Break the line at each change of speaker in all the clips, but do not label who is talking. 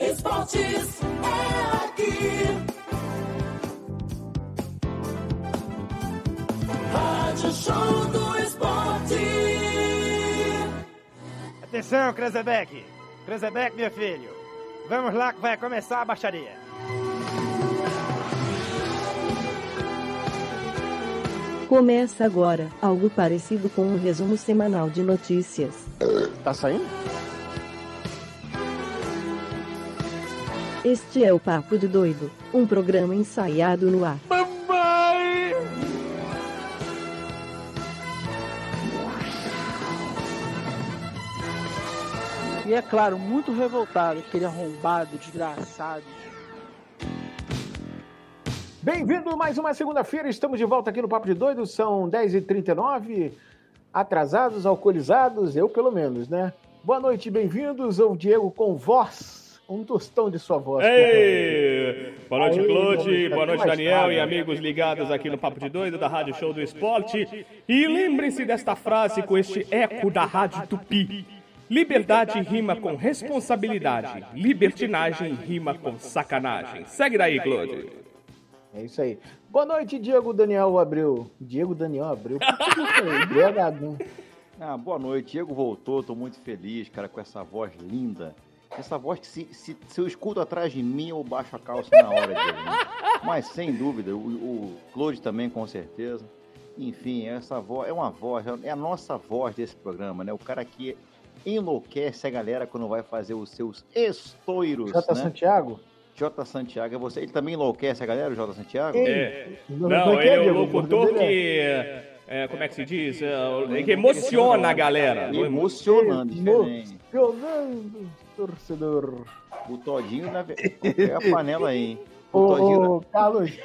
Esportes é aqui. Rádio Show do Esporte.
Atenção, Cranzebeck! Cranzebeck, meu filho! Vamos lá que vai começar a baixaria!
Começa agora algo parecido com um resumo semanal de notícias.
Tá saindo?
Este é o Papo de Doido, um programa ensaiado no ar.
Mamãe!
E é claro, muito revoltado, aquele arrombado, desgraçado.
Bem-vindo mais uma segunda-feira, estamos de volta aqui no Papo de Doido, são 10h39, atrasados, alcoolizados, eu pelo menos, né? Boa noite, bem-vindos, eu, Diego, com voz, um tostão de sua voz.
Ei! Boa noite,
Aí,
Claude.
boa
Boa noite,
noite,
Daniel
Daniel.
e amigos ligados aqui no Papo de Doido da Rádio Show do Esporte. E lembrem-se desta frase com este eco da Rádio Tupi. Liberdade rima com responsabilidade, libertinagem rima com sacanagem. Segue daí, Claude.
É isso aí. Boa noite, Diego Daniel Abreu. Diego Daniel Abreu. Por que que eu falei? Diego Abreu.
Ah, boa noite. Diego voltou, tô muito feliz, cara, com essa voz linda. Essa voz que se, se, se eu escuto atrás de mim, eu baixo a calça na hora, Diego. né? Mas sem dúvida, o, o Claude também, com certeza. Enfim, essa voz é uma voz, é a nossa voz desse programa, né? O cara que enlouquece a galera quando vai fazer os seus estoiros,
Jota
né?
tá Santiago?
Jota Santiago, é você, ele também enlouquece a galera, o Jota Santiago?
É.
Não,
Não,
quem
ele é o
Diego?
locutor
Daniel.
que. é, como é que se diz? É, o- que emociona a
É
galera.
Emocionando, diferente.
Emocionando, torcedor.
né? O Todinho na... é a panela aí, hein? O Todinho
Ô, ô, Carlos,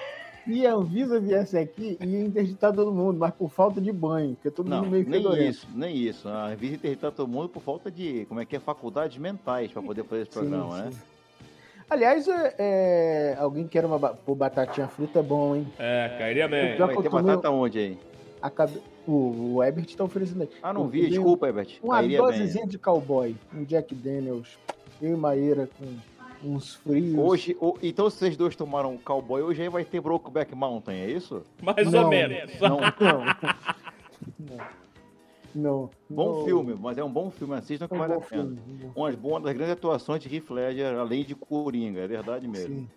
se a Anvisa viesse aqui, ia interditar todo mundo, mas por falta de banho, porque todo
Não,
mundo meio
nem
fedorento.
isso, nem isso. A revista interditar todo mundo por falta de, como é que é, faculdades mentais para poder fazer esse
Sim,
programa, né?
sim. Tá Aliás, é, é, alguém quer uma ba- pô, batatinha frita é bom, hein?
É, cairia bem.
Já
Vai ter
aconteceu.
batata onde aí?
Acabe- O, o Ebert tá oferecendo aí.
Ah, não
Eu
vi,
queria
desculpa, Herbert.
Uma
Cairia bem.
dosezinha de cowboy, um Jack Daniels, eu e Maíra com uns frios.
Hoje, o- então vocês dois tomaram cowboy, hoje aí vai ter Brokeback Mountain, é isso?
Mais
Não.
ou menos.
Não,
Não. Não. Não.
bom
Não.
filme, mas é um bom filme, assistam
É
que
um
vale a
bom
pena.
filme. um bom
Umas boas, das grandes atuações de Heath Ledger, além de Coringa, é verdade mesmo.
filme.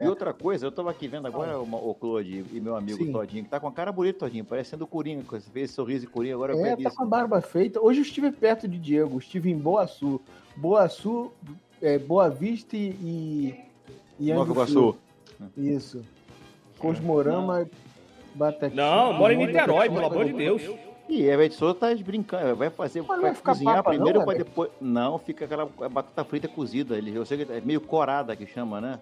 E outra coisa, eu tava aqui vendo agora uma- o Claude e meu amigo
Ah. Sim.
Todinho, que tá com a cara bonita, Todinho, parecendo o Coringa, com esse- esse sorriso de Coringa, agora eu
É,
peguei
tá
isso.
com a barba feita. Hoje eu estive perto de Diego, estive em Boa Sul. Boa Sul, é, Boa Vista e. e
Nova
Angra do
Iguaçu.
Sul. Isso. Cosmorama, Tá Batatinha.
Não, mora em Niterói, pelo amor de Deus.
E a Edson tá brincando, vai fazer,
Mas não
vai
vai ficar
cozinhar
papa, não,
primeiro pra
Herbert?
depois. Não, fica aquela batata frita cozida. Ele, eu sei que é meio corada que chama, né?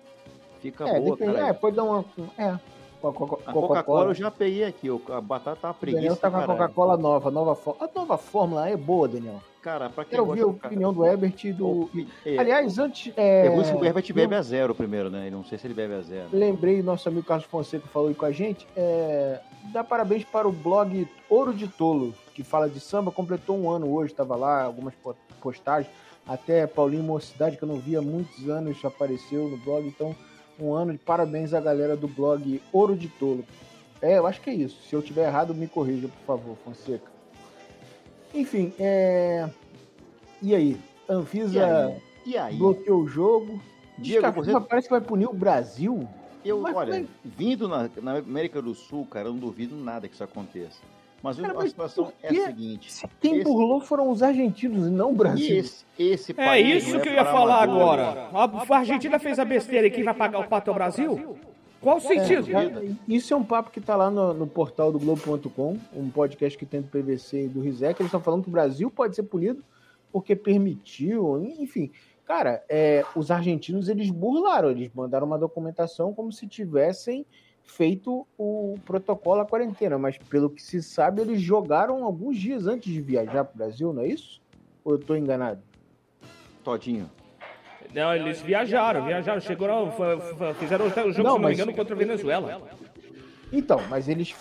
Fica
É,
boa,
depende,
cara.
é, pode dar uma. É. Com a Coca-
a Coca-Cola
Coca-Cola.
eu já peguei aqui, o- a batata tá uma
O
preguiça.
Daniel tá com a
caralho.
Coca-Cola nova, nova fó- A nova fórmula é boa, Daniel.
Cara, pra quem
Quero ouvir a
gosta-
opinião do Herbert e do.
É,
Aliás, antes.
é
É,
por isso que o Herbert
eu
bebe a zero primeiro, né? Eu não sei se ele bebe a zero.
lembrei, nosso amigo Carlos Fonseca falou aí com a gente, é, dá parabéns para o blog Ouro de Tolo, que fala de samba, completou um ano hoje, estava lá, algumas po- postagens, até Paulinho Mocidade, que eu não via há muitos anos, apareceu no blog, então um ano de parabéns à galera do blog Ouro de Tolo. É, eu acho que é isso, se eu tiver errado me corrija, por favor, Fonseca. Enfim, é... E aí?
E
Anvisa
aí? E aí?
bloqueou o jogo, Diz que
Diego,
a
você
FIFA parece que vai punir o Brasil.
Eu,
Mas
olha,
foi-
vindo na, na América do Sul, cara, eu não duvido nada que isso aconteça. Mas
Cara,
a
mas
situação
por
é a
quê?
seguinte.
Quem
esse-
burlou foram os argentinos e não o
E
Brasil.
esse, esse
É
país
isso
não é
que eu ia
para
falar
amadores.
agora. A a Argentina fez a besteira aqui e vai pagar o pato ao Brasil? Qual o sentido?
Já- isso é um papo que tá lá no, no portal do Globo.com, um podcast que tem do PVC e do Rizek. Eles estão falando que o Brasil pode ser punido porque permitiu, enfim. Cara, é, os argentinos eles burlaram, eles mandaram uma documentação como se tivessem feito o protocolo à quarentena, mas pelo que se sabe, eles jogaram alguns dias antes de viajar para o Brasil, não é isso? Ou eu tô enganado?
Todinho.
Não, eles viajaram, viajaram, chegaram, fa- fa- fizeram o jogo, se
Não,
não me
mas-
engano, contra a Venezuela.
Então, mas eles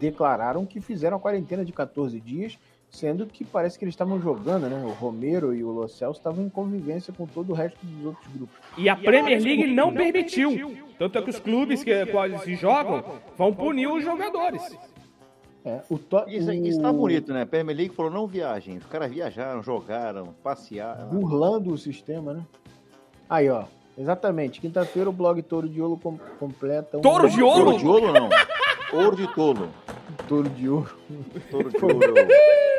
declararam que fizeram a quarentena de 14 dias Sendo que parece que eles estavam jogando, né? O Romero e o Lo Celso estavam em convivência com todo o resto dos outros grupos.
E a Premier League não permitiu. Tanto é que os clubes que quais se jogam vão punir os jogadores.
É, o to...
Isso, isso tá bonito, né? A Premier League falou não viajem. Os caras viajaram, jogaram, passearam.
burlando o sistema, né? Aí, ó. Exatamente. Quinta-feira o blog Touro de Ouro com- completa um
Touro de
Ouro de
ouro?
ouro, não. Ouro de tolo.
Touro de Ouro.
Touro de ouro.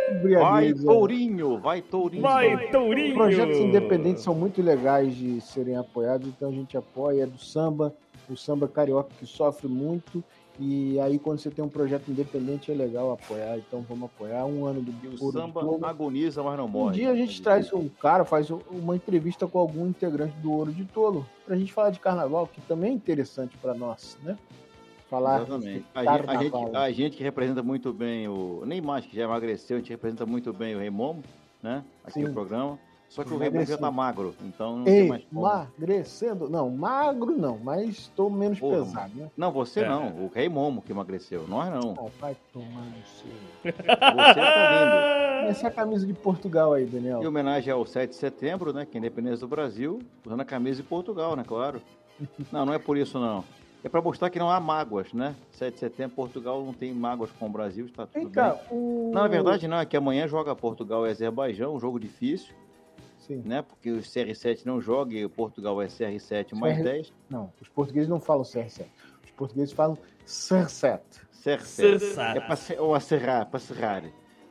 Vai,
Embriaguez, ó.
tourinho. Vai, tourinho.
Vai, tourinho.
Projetos independentes são muito legais de serem apoiados, então a gente apoia do samba, o samba carioca que sofre muito. E aí, quando você tem um projeto independente, é legal apoiar. Então, vamos apoiar um ano do
E o
Ouro de
samba né?
Ouro.
agoniza, mas não
Um
morre.
dia a gente traz um cara, faz um- uma entrevista com algum integrante do Ouro de Tolo, pra gente falar de carnaval, que também é interessante pra nós, né? Falar de
Exatamente. A gente, tá- a,
carnaval.
gente, a gente que representa muito bem o. Nem mais que já emagreceu, a gente representa muito bem o Rei Momo, né? Aqui
Sim.
no programa. Só que o Rei Momo
Emagreceu.
já tá magro, então não tem mais
Ei,
como.
emagrecendo? Não, magro não, mas estou menos
Porra,
pesado, né?
Não, você
É.
não. O Rei Momo que emagreceu. Nós não.
Ah, vai tomar no seu.
Você tá
Essa é a camisa de Portugal aí,
lindo.
Daniel.
Em homenagem ao 7 de setembro, né? Que é a independência do Brasil, usando a camisa de Portugal, né? Claro. Não, não é por isso, não. É pra mostrar que não há mágoas, né? 7 de setembro, Portugal não tem mágoas com o Brasil, está tudo
Vem
bem.
cá, o...
Não, na verdade não, é que amanhã joga Portugal e Azerbaijão, um jogo difícil,
Sim.
né? Porque o CR7 não joga e o Portugal é CR7 mais
CR7.
10.
Não, os portugueses não falam CR7. Os portugueses falam Sunset.
CR7. É pra, ser- ou a Serrar, pra Serrar.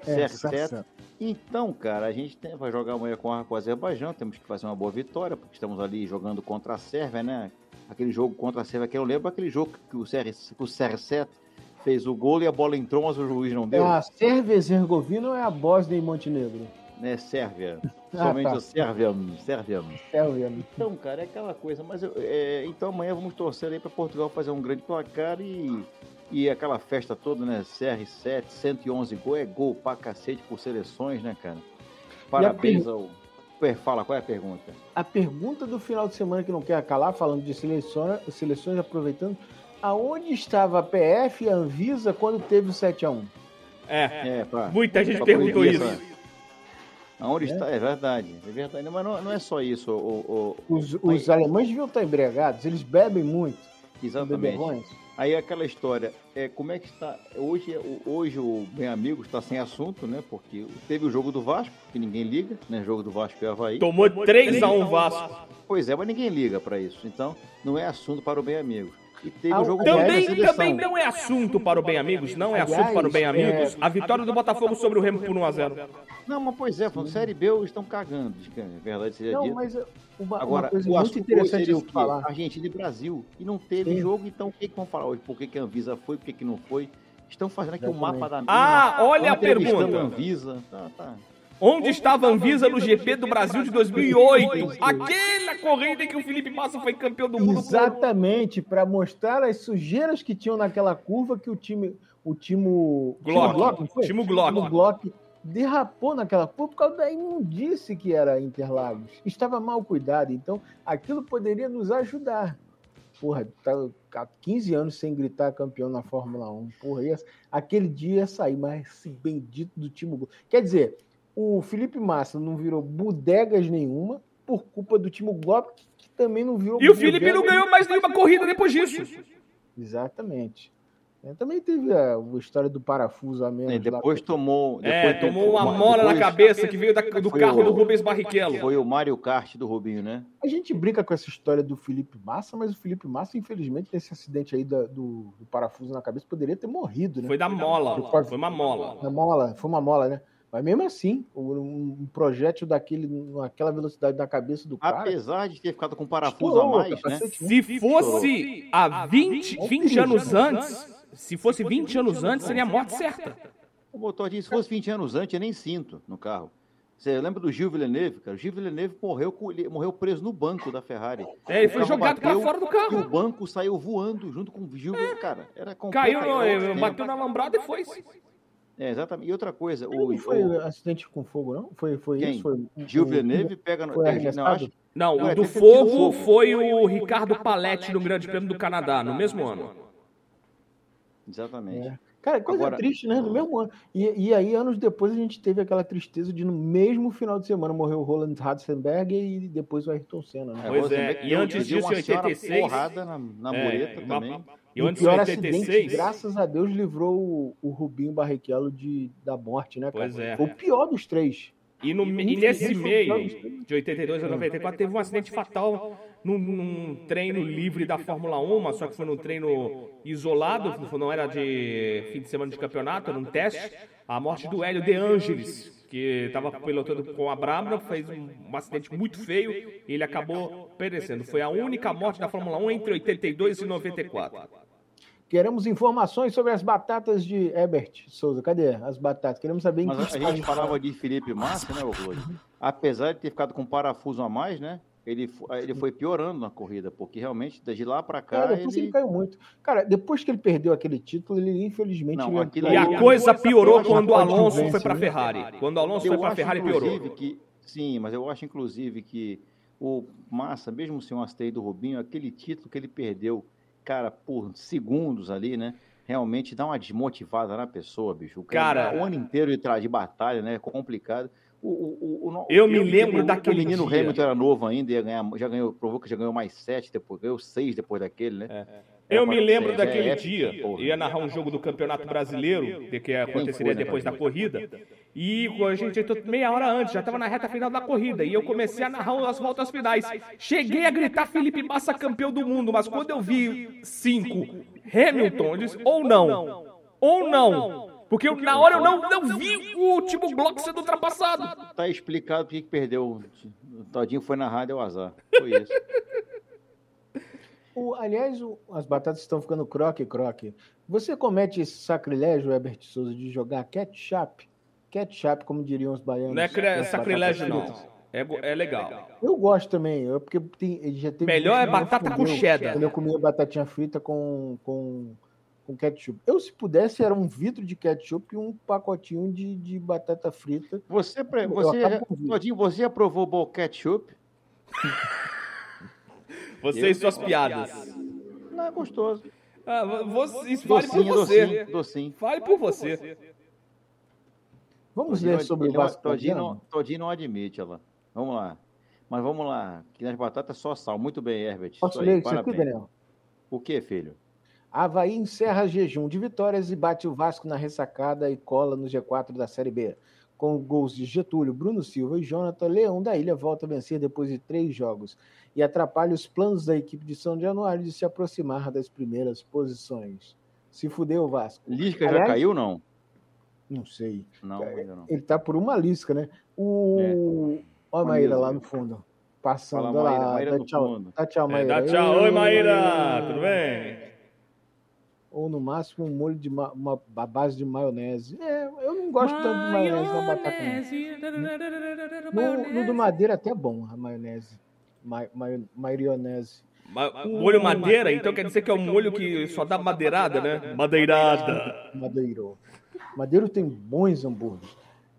É,
CR7.
Sunset.
Então, cara, a gente tem- vai jogar amanhã com, a- com o Azerbaijão, temos que fazer uma boa vitória, porque estamos ali jogando contra a Sérvia, né? Aquele jogo contra a Sérvia que eu lembro, aquele jogo que o, CR, que o CR7 fez o gol e a bola entrou, mas o juiz não
É
deu.
a Sérvia e Herzegovina ou é a Bósnia e Montenegro?
Né, Sérvia.
Ah,
Somente
tá.
o Sérvia. Sérvia.
Sérvia.
Então, cara, é aquela coisa. Mas eu- é, então amanhã vamos torcer aí para Portugal fazer um grande placar e, e aquela festa toda, né? CR7, 111 gol, é gol pra cacete por seleções, né, cara? Parabéns ao. Per- Fala, qual é a pergunta?
A pergunta do final de semana que não quer calar, falando de seleciona- seleções, aproveitando, aonde estava a PF e a Anvisa quando teve o 7x1?
É,
É, pra-
muita gente
pra
perguntou
proibir
isso.
essa- Aonde
É.
está? É verdade, é verdade. Mas não, não é só isso, o, o-
Os, os alemães deviam estar embriagados, eles bebem muito. são
exatamente.
beberrões.
Aí é aquela história, é, como é que está. Hoje, o- hoje o Bem Amigo está sem assunto, né? Porque teve o jogo do Vasco, que ninguém liga, né? Jogo do Vasco e Havaí.
Tomou 3x1 Vasco.
Pois é, mas ninguém liga para isso. Então, não é assunto para o Bem Amigo. E teve
Ah,
o jogo do Vasco e
Também,
a seleção.
também não é assunto para o Bem Amigos, não é assunto
Aliás,
para o Bem
é-
Amigos. A vitória do Botafogo sobre o Remo por 1x0.
Não, mas pois é, falando, Série B eles estão cagando, de- é verdade seja
Não,
dito.
mas uma- uma,
Agora,
coisa
o
muito
assunto hoje
interessante
seria o
de
quê?
falar.
Argentina e Brasil. E não teve
Sim.
jogo, então o que, que vão falar hoje? Por que, que a Anvisa foi, por que, que não foi? Estão fazendo aqui o
Exatamente.
mapa da
Ah, olha a
Entrevistando
pergunta.
a Anvisa. Tá, tá.
Onde estava a Anvisa no GP do Brasil de 2008? Aquela corrida em que o Felipe Massa foi campeão do mundo. um
Exatamente, para mostrar as sujeiras que tinham naquela curva que o time. O time. o
Glock.
Time Glock, não foi?
Timo Glock.
O Glock derrapou naquela curva por causa da imundice que era Interlagos. Estava mal cuidado, então aquilo poderia nos ajudar. Porra, tá há 15 anos sem gritar campeão na Fórmula 1. Porra, ia- aquele dia ia sair, mas esse bendito do time Glock. Quer dizer, o Felipe Massa não virou bodegas nenhuma por culpa do time Glock, que também não virou
E o Felipe não
bodega
ganhou mais nenhuma corrida depois disso.
Exatamente. É, também teve a, a história do parafuso a menos.
E né? depois tomou. Depois
É, tomou uma mola na
depois
cabeça que veio da- do
Foi
carro
o-
do Rubens Barrichello.
Foi o Mario Kart do Rubinho, né?
A gente brinca com essa história do Felipe Massa, mas o Felipe Massa, infelizmente, nesse acidente aí da- do, do parafuso na cabeça, poderia ter morrido, né?
Foi da mola,
Quase-
foi uma mola.
Na mola, foi uma mola, né? Mas mesmo assim, um, um projétil daquele, naquela velocidade na cabeça
Ah,
do cara.
Apesar de ter ficado com um parafuso a
estourou o
mais, né?
capacete, né?
Se fosse há 20, 20 anos antes, se fosse 20 anos antes, seria a morte certa.
O motor disse, se fosse 20 anos antes, eu nem sinto no carro. Você lembra do Gil Villeneuve, cara? O Gil Villeneuve morreu, com- ele morreu preso no banco da Ferrari.
É, ele foi
O carro
jogado pra
bateu
fora do
E o
carro.
banco saiu voando junto com o Gil. Cara, era
É. Caiu,
completamente
no-
né?
bateu na alambrada e foi.
É, exatamente. E outra coisa, o,
Não foi
o
acidente com fogo, não? Foi, foi
Quem?
isso? Foi,
Gil
o-
Villeneuve pega... No,
Foi
tem- não,
arremessado?
acho,
Não,
Ué,
o do
deve ter sido
fogo
fogo.
foi o Ricardo Paletti no Grande Prêmio do Canadá, no mesmo ano.
exatamente.
É. Cara, coisa
Agora-
triste, né? No mesmo ano. E, e aí, anos depois, a gente teve aquela tristeza de no mesmo final de semana morreu o Roland Ratzenberger e depois o Ayrton Senna, né?
Pois é,
Rosenberg
e
deu-
antes
deu
disso,
uma
em
senhora
86,
porrada na, na mureta
é, uma-
também.
E
o
antes de
pior acidente,
86,
graças a Deus, livrou o, o Rubinho Barrichello de, da morte, né, cara?
Pois é.
Foi o pior dos três.
e, no, e nesse meio, de 82 a 94, teve um acidente fatal num, num treino livre da Fórmula 1, mas só que foi num treino isolado, não- não era de fim de semana de campeonato, era um teste. A morte do Hélio De Angelis, que estava pilotando com a Brabra, fez um, um acidente muito feio e ele acabou perecendo. Foi a única morte da Fórmula 1 entre 82 e 94.
Queremos informações sobre as batatas de Herbert Souza. Cadê as batatas? Queremos saber em
Mas
que
a, a gente falava de Felipe Massa, né, ô Clóvis? Apesar de ter ficado com um parafuso a mais, né? Ele, fo- ele foi piorando na corrida, porque realmente, de lá pra cá,
Cara, depois ele...
ele...
caiu muito. Cara, depois que ele perdeu aquele título, ele infelizmente.
Não,
ele
aquilo
E
entrou-
aí-
a coisa piorou
acho
quando o
que pode
Alonso
convencer,
foi para
né?
Ferrari. Quando o Alonso
Eu
foi para
acho,
Ferrari,
inclusive,
piorou.
Que, sim, mas eu acho, inclusive, que o Massa, mesmo sem um acidente do Rubinho, aquele título que ele perdeu, cara, por segundos ali, né? Realmente dá uma desmotivada na pessoa, bicho. O
Cara.
o ano inteiro de, tra- de batalha, né? É complicado. O, o, o, o, no-
Eu me lembro daquele
O menino
dia.
Hamilton era novo ainda, ia ganhar, já ganhou, provou que já ganhou mais sete, depois ganhou seis depois daquele, né?
Eu me
Agora,
lembro
é,
daquele
é,
dia,
porra.
ia narrar um jogo do Campeonato Brasileiro, de que é
foi,
aconteceria
né,
depois da
Fabinho?
corrida, e a gente entrou meia hora antes, já estava na reta final da corrida, e eu comecei a narrar as voltas finais. Cheguei a gritar Felipe Massa campeão do mundo, mas quando eu vi cinco Hamilton, eu disse, ou não, ou não, porque eu- na hora eu não, não vi o último bloco sendo ultrapassado.
Tá explicado porque que perdeu. O Todinho foi na rádio, é o azar. Foi isso.
O- aliás, o- as batatas estão ficando croque-croque. Você comete esse sacrilégio, Herbert Souza, de jogar ketchup? Ketchup, como diriam os baianos.
Não é cre-
nas
sacrilégio,
batatas
não.
fritas.
É, go- é legal.
Eu gosto também, eu, porque tem, ele já teve
Melhor
vezes
é
que eu
batata com
comeu-
cheddar.
Quando eu comia batatinha frita com, com, com ketchup. Eu, se pudesse, era um vidro de ketchup e um pacotinho de, de batata frita.
Você, pre-
Eu
você,
acabo ouvindo.
Todinho, você aprovou o bom ketchup?
Você e suas piadas.
Não, é gostoso.
Ah, você, isso vale por
Docinho,
você. né?
docinho, docinho.
Vale por você.
Vamos
Todinho
ler sobre o
não-
Vasco. da
Todinho não,
Gama?
Todinho não admite, olha lá. Vamos lá. Mas vamos lá, que nas batatas só sal. Muito bem, Herbert.
Posso
Isso aí,
ler isso aqui,
parabéns.
Daniel?
O que, filho?
Havaí encerra jejum de vitórias e bate o Vasco na ressacada e cola no G4 da Série B. Com gols de Getúlio, Bruno Silva e Jonathan, Leão da Ilha volta a vencer depois de três jogos e atrapalha os planos da equipe de São Januário de se aproximar das primeiras posições. Se fudeu o Vasco.
Lisca já
Aliás-
caiu, não?
Não sei.
Não, ainda não.
Ele tá por uma lisca, né? O. Olha a Maíra lá no fundo. Passando
Fala, Maíra,
lá.
Maíra
dá
no
tchau.
fundo.
Dá tchau,
É,
Maíra.
dá tchau. Oi, Maíra.
Ei.
Tudo bem?
ou no máximo um molho de ma- uma a base de maionese. É, eu não gosto tanto de maionese na batata. Não. No, no do madeira é até bom a maionese. Ma, maio- maionese.
Ma- molho madeira, então quer dizer que é um molho que só dá madeirada, né? Madeirada.
Madeiro. Madeiro tem bons hambúrgueres.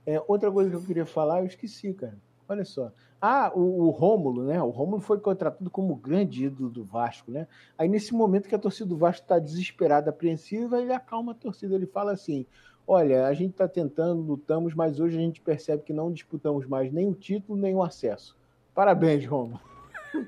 É, outra coisa que eu queria falar, eu esqueci, cara. Olha só. Ah, o, o Rômulo, né? O Rômulo foi contratado como o grande ídolo do Vasco, né? Aí, nesse momento que a torcida do Vasco está desesperada, apreensiva, ele acalma a torcida. Ele fala assim: Olha, a gente está tentando, lutamos, mas hoje a gente percebe que não disputamos mais nem o título, nem o acesso. Parabéns, Rômulo.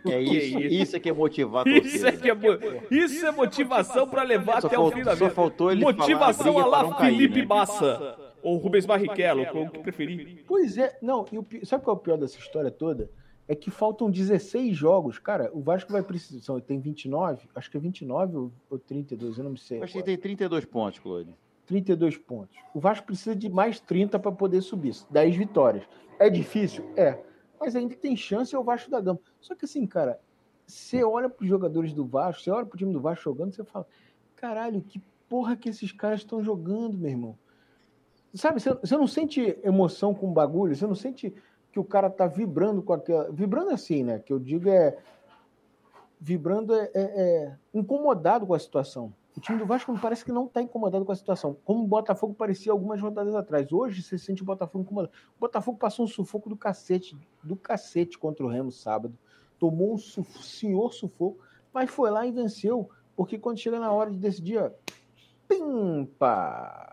É
isso?
isso, isso é que é motivar a torcida.
Isso é, que é, mo- isso é motivação pra levar
só,
até o
faltou,
fim da
só
vida.
faltou ele
Motivação a
falar, briga pra
lá
não cair,
Felipe
né?
Massa. Ou Rubens Barrichello, o que preferir.
Pois é, não, e o pi- sabe qual é o pior dessa história toda? É que faltam 16 jogos, cara. O Vasco vai precisar, são- tem 29, acho que é 29 ou, ou 32, eu não me sei.
Acho que
agora.
tem 32 pontos, Claude.
32 pontos. O Vasco precisa de mais 30 para poder subir, 10 vitórias. É difícil? É. Mas ainda tem chance é o Vasco da Gama. Só que assim, cara, você olha para os jogadores do Vasco, você olha para o time do Vasco jogando, você fala: caralho, que porra que esses caras estão jogando, meu irmão? Sabe, você, você não sente emoção com o bagulho, você não sente que o cara tá vibrando com aquela. Vibrando assim, né? Que eu digo é. Vibrando é, é- é incomodado com a situação. O time do Vasco parece que não está incomodado com a situação. Como o Botafogo parecia algumas rodadas atrás. Hoje você sente o Botafogo incomodado. O Botafogo passou um sufoco do cacete, do cacete contra o Remo sábado. Tomou um su- senhor sufoco, mas foi lá e venceu. Porque quando chega na hora de decidir, ó, Pimpa.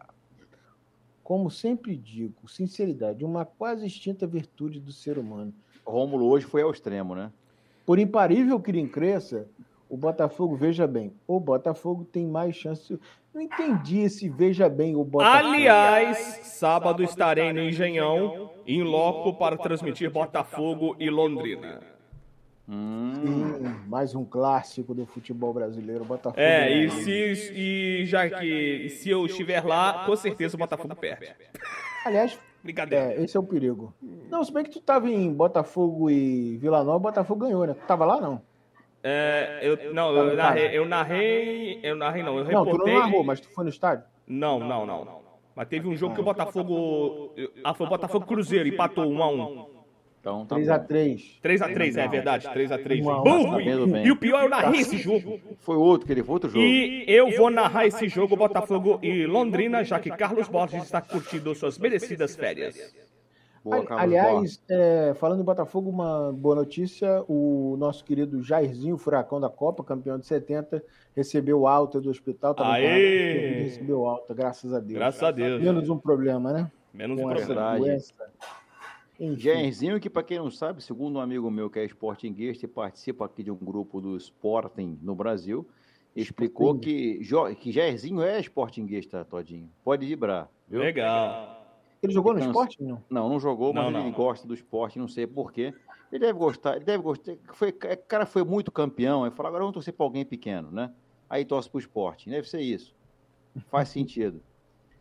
Como sempre digo, sinceridade, uma quase extinta virtude do ser humano.
Rômulo hoje foi ao extremo, né?
Por imparível que ele cresça, o Botafogo, veja bem, o Botafogo tem mais chance. Não entendi esse veja bem o Botafogo.
Aliás, sábado estarei no Engenhão, em loco para transmitir Botafogo e Londrina.
Hum, mais um clássico do futebol brasileiro, Botafogo.
É, e se e já que e se eu estiver lá, com certeza o Botafogo perde.
Aliás,
Brincadeira.
é, esse é o perigo. Não, se bem que tu tava em Botafogo e Vila Nova, o Botafogo ganhou, né? Tu tava lá, não?
É, eu, não, eu narrei, eu narrei, eu narrei não, eu
Não, tu não
reportei.
narrou, mas tu foi no estádio?
Não, não, não. Mas teve um jogo que o Botafogo, ah, foi o Botafogo Cruzeiro empatou 1 a 1.
Então tá bom.
3x3.
3x3, é verdade, 3x3.
Um a um.
Tá vendo
Burro!
bem.
E o pior, é eu narrei esse jogo.
Foi outro que ele foi outro jogo.
E Tá eu vou narrar esse jogo Botafogo e Londrina, já que Carlos Borges está curtindo suas merecidas férias.
Boa,
Ali-
Carlos Borges.
Aliás, é, falando em Botafogo, uma boa notícia: o nosso querido Jairzinho, furacão da Copa, campeão de 70, recebeu alta do hospital. tava
Aê!
internado, ele Recebeu alta, graças a Deus.
Graças a Deus.
Menos um problema, né?
Menos um
Com essa
problema.
verdade.
doença. Enfim,
Jairzinho, que para quem não sabe, segundo um amigo meu que é esportinguista e participa aqui de um grupo do Sporting no Brasil, explicou que, Jo- que Jairzinho é esportinguista, Todinho. Pode vibrar, viu?
Legal.
ele jogou no
Cansa-
esporte? Não.
Não, não jogou, mas
Não, não,
ele
não.
gosta do esporte, não sei porquê. Ele deve gostar, ele deve gostar. Foi, é, o cara foi muito campeão, aí falou, agora vamos torcer para alguém pequeno, né? Aí torce para o esporte, deve ser isso. Faz sentido.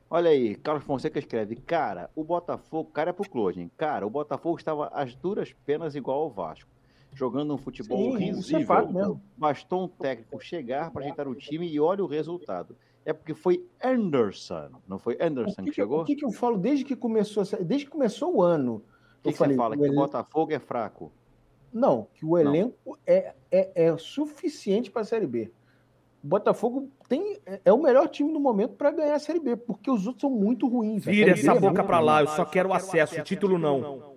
Olha aí, Carlos Fonseca escreve, cara, o Botafogo, cara é pro Claude, hein? Cara, o Botafogo estava às duras penas igual ao Vasco, jogando um futebol
Sim, isso
risível.
é fato mesmo.
Bastou um técnico chegar para ajeitar o time e olha o resultado. É porque foi Anderson, não foi
O
Anderson
que,
que
que,
chegou?
o que que eu falo desde que começou, essa- desde que começou o ano?
O que,
eu
que
falei,
você fala?
o
Que o
elenco-
Botafogo é fraco.
Não, que o elenco é, é, é suficiente para a Série B. O Botafogo tem, é o melhor time no momento para ganhar a Série B, porque os outros são muito ruins. A
Vira
Série
essa
B é
boca
muito
pra
ruim.
lá, Ah, eu só quero acesso, título não.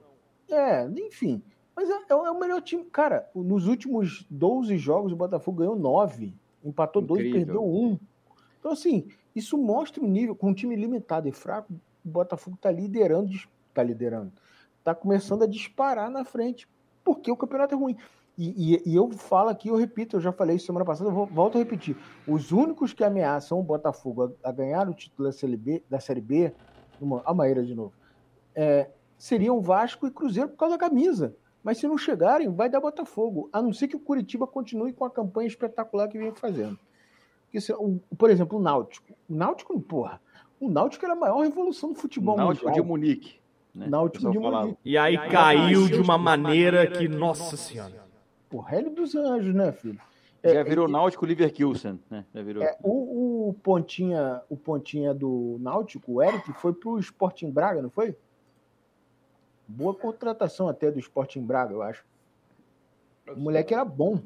É, enfim. Mas é, é o é o melhor time. Cara, nos últimos 12 jogos, o Botafogo ganhou 9, empatou 2 e
Incrível.
perdeu 1. Então, assim, isso mostra o nível. Com um time limitado e fraco, o Botafogo está liderando. dis- Tá liderando. Tá começando a disparar na frente, porque o campeonato é ruim. E, e- e eu falo aqui, eu repito, eu já falei isso semana passada, eu vou- volto a repetir. Os únicos que ameaçam o Botafogo a, a ganhar o título da Série B, da série B numa, a Maíra de novo, é, seriam Vasco e Cruzeiro por causa da camisa. Mas se não chegarem, vai dar Botafogo. A não ser que o Curitiba continue com a campanha espetacular que vem fazendo. Porque, se- o- por exemplo, o Náutico. O Náutico, porra, o Náutico era a maior revolução do futebol
Náutico de
mundial.
Munique. Né?
Náutico
O pessoal
de
falava.
Munique.
E aí caiu de uma maneira que, nossa senhora.
Porra, Hélio dos Anjos, né, filho?
Já virou Náutico Leverkusen, né? Já virou.
É, o, o pontinha, o pontinha do Náutico, o Eric, foi pro Sporting Braga, não foi? Boa contratação até do Sporting Braga, eu acho. O moleque era bom.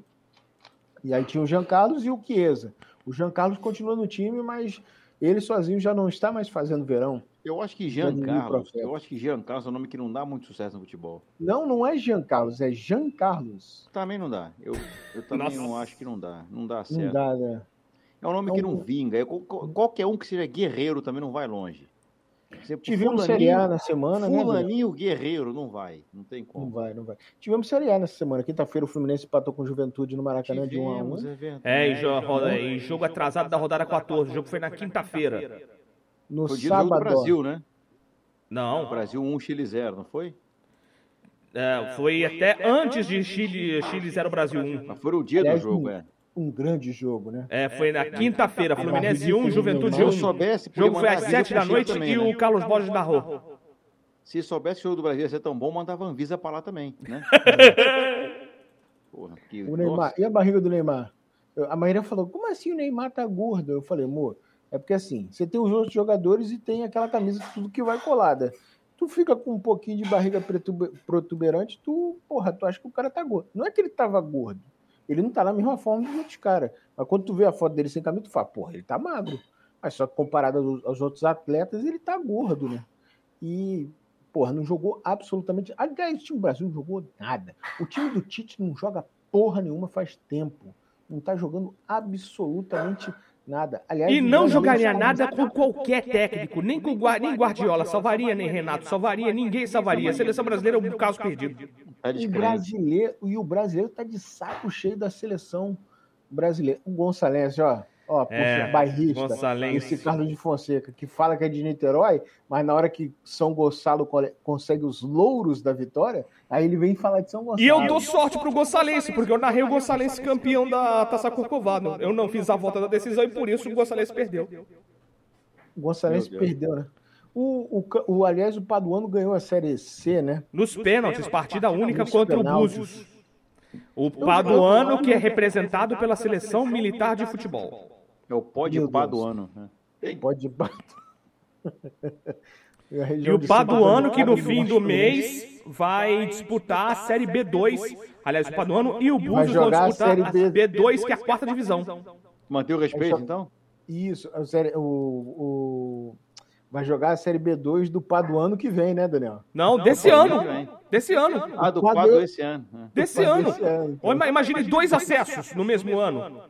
E aí tinha o Jean Carlos e o Chiesa. O Jean Carlos continua no time, mas ele sozinho já não está mais fazendo verão.
Eu acho que
Vladimir
Jean Carlos,
Profeta.
eu acho que Jean Carlos é um nome que não dá muito sucesso no futebol.
Não, não é Jean Carlos, é Jean Carlos.
Também não dá. Eu, eu também
Nossa.
não acho que não dá. Não dá certo.
Não dá, né?
É um nome
É
que
um-
não vinga. É qual- qual- qualquer um que seja guerreiro também não vai longe. Você-
Tivemos
fulaninho-
Série A na semana, né? Bruno?
Fulaninho guerreiro não vai. Não tem
Não
como.
vai, não vai. Tivemos Série A nessa semana. Quinta-feira o Fluminense empatou com o Juventude no Maracanã de 1 a 1
Tivemos, é verdade.
É, e jo- roda- e jogo atrasado da rodada 14, o jogo foi na quinta-feira.
É, No
Foi o dia do jogo do
sábado,
Brasil, né?
Não,
Brasil 1, Chile 0, não foi?
É, foi até antes de Chile, Chile 0 Brasil 1.
Mas foi o dia
Aliás,
do jogo, é.
um grande jogo, né?
É, foi na quinta-feira, Fluminense
Barra de
1, Juventude
Se eu
1.
Jogo.
soubesse,
O um jogo
podia
foi
mandar
às
vídeo
7 da
pro Chile
noite
também,
e
né?
o Carlos Borges narrou.
Se soubesse que o jogo do Brasil ia ser tão bom, mandava a Anvisa pra lá também, né? Porra, que,
O Neymar.
nossa,
E a barriga do Neymar? Eu- a Maíra falou: como assim o Neymar tá gordo? Eu falei, amor, é porque assim, você tem os outros jogadores e tem aquela camisa tudo que vai colada. Tu fica com um pouquinho de barriga pretu- protuberante, tu, porra, tu acha que o cara tá gordo. Não é que ele tava gordo. Ele não tá na mesma forma dos outros caras. Mas quando tu vê a foto dele sem camisa, tu fala, porra, ele tá magro. Mas só que comparado aos, aos outros atletas, ele tá gordo, né? E, porra, não jogou absolutamente. Aliás, o time do Brasil não jogou nada. O time do Tite não joga porra nenhuma faz tempo. Não tá jogando absolutamente Nada. Aliás,
E não
Daniel
jogaria
Alves-
nada com qualquer técnico, nem com Gua- nem Guardiola salvaria, nem Renato salvaria, ninguém salvaria. A seleção brasileira é um caso perdido.
Tá
E,
descrente.
brasileiro, e o brasileiro tá de saco cheio da seleção brasileira. O Gonçalves, ó. Ó, por
É,
ser bairrista.
Gonçalves.
Esse Carlos de Fonseca, que fala que é de Niterói, mas na hora que São Gonçalo cole- consegue os louros da vitória, aí ele vem falar de São Gonçalo.
E eu dou sorte pro Gonçalense, porque eu narrei o Gonçalense campeão da Taça Corcovado. Eu não fiz a volta da decisão e por isso o Gonçalense perdeu.
O Gonçalves
Meu Deus.
perdeu, né? O, o, Ca- o, aliás, o Paduano ganhou a Série C, né?
Nos pênaltis, partida única contra o
Penaltis.
Búzios. O Paduano, que é representado pela seleção militar de futebol.
É o pó de
Meu
pá
Deus.
do ano. Né?
Pode ir
E o Paduano, que no fim do mês vai disputar a Série B2. Aliás, o Paduano e o Búzios vão
jogar a
disputar a
Série B.
B2, que é a quarta divisão.
Manter o respeito,
É só-
então?
Isso, a série- o, o- vai jogar a Série B2 do Paduano que vem, né, Daniel?
Não, desse
Paduano
ano.
vem.
Desse ano.
Ah, do
Quadro-
quadro esse ano. né?
Desse
Mas
ano.
esse ano, então.
Ou ima- Imagine dois acessos no mesmo ano.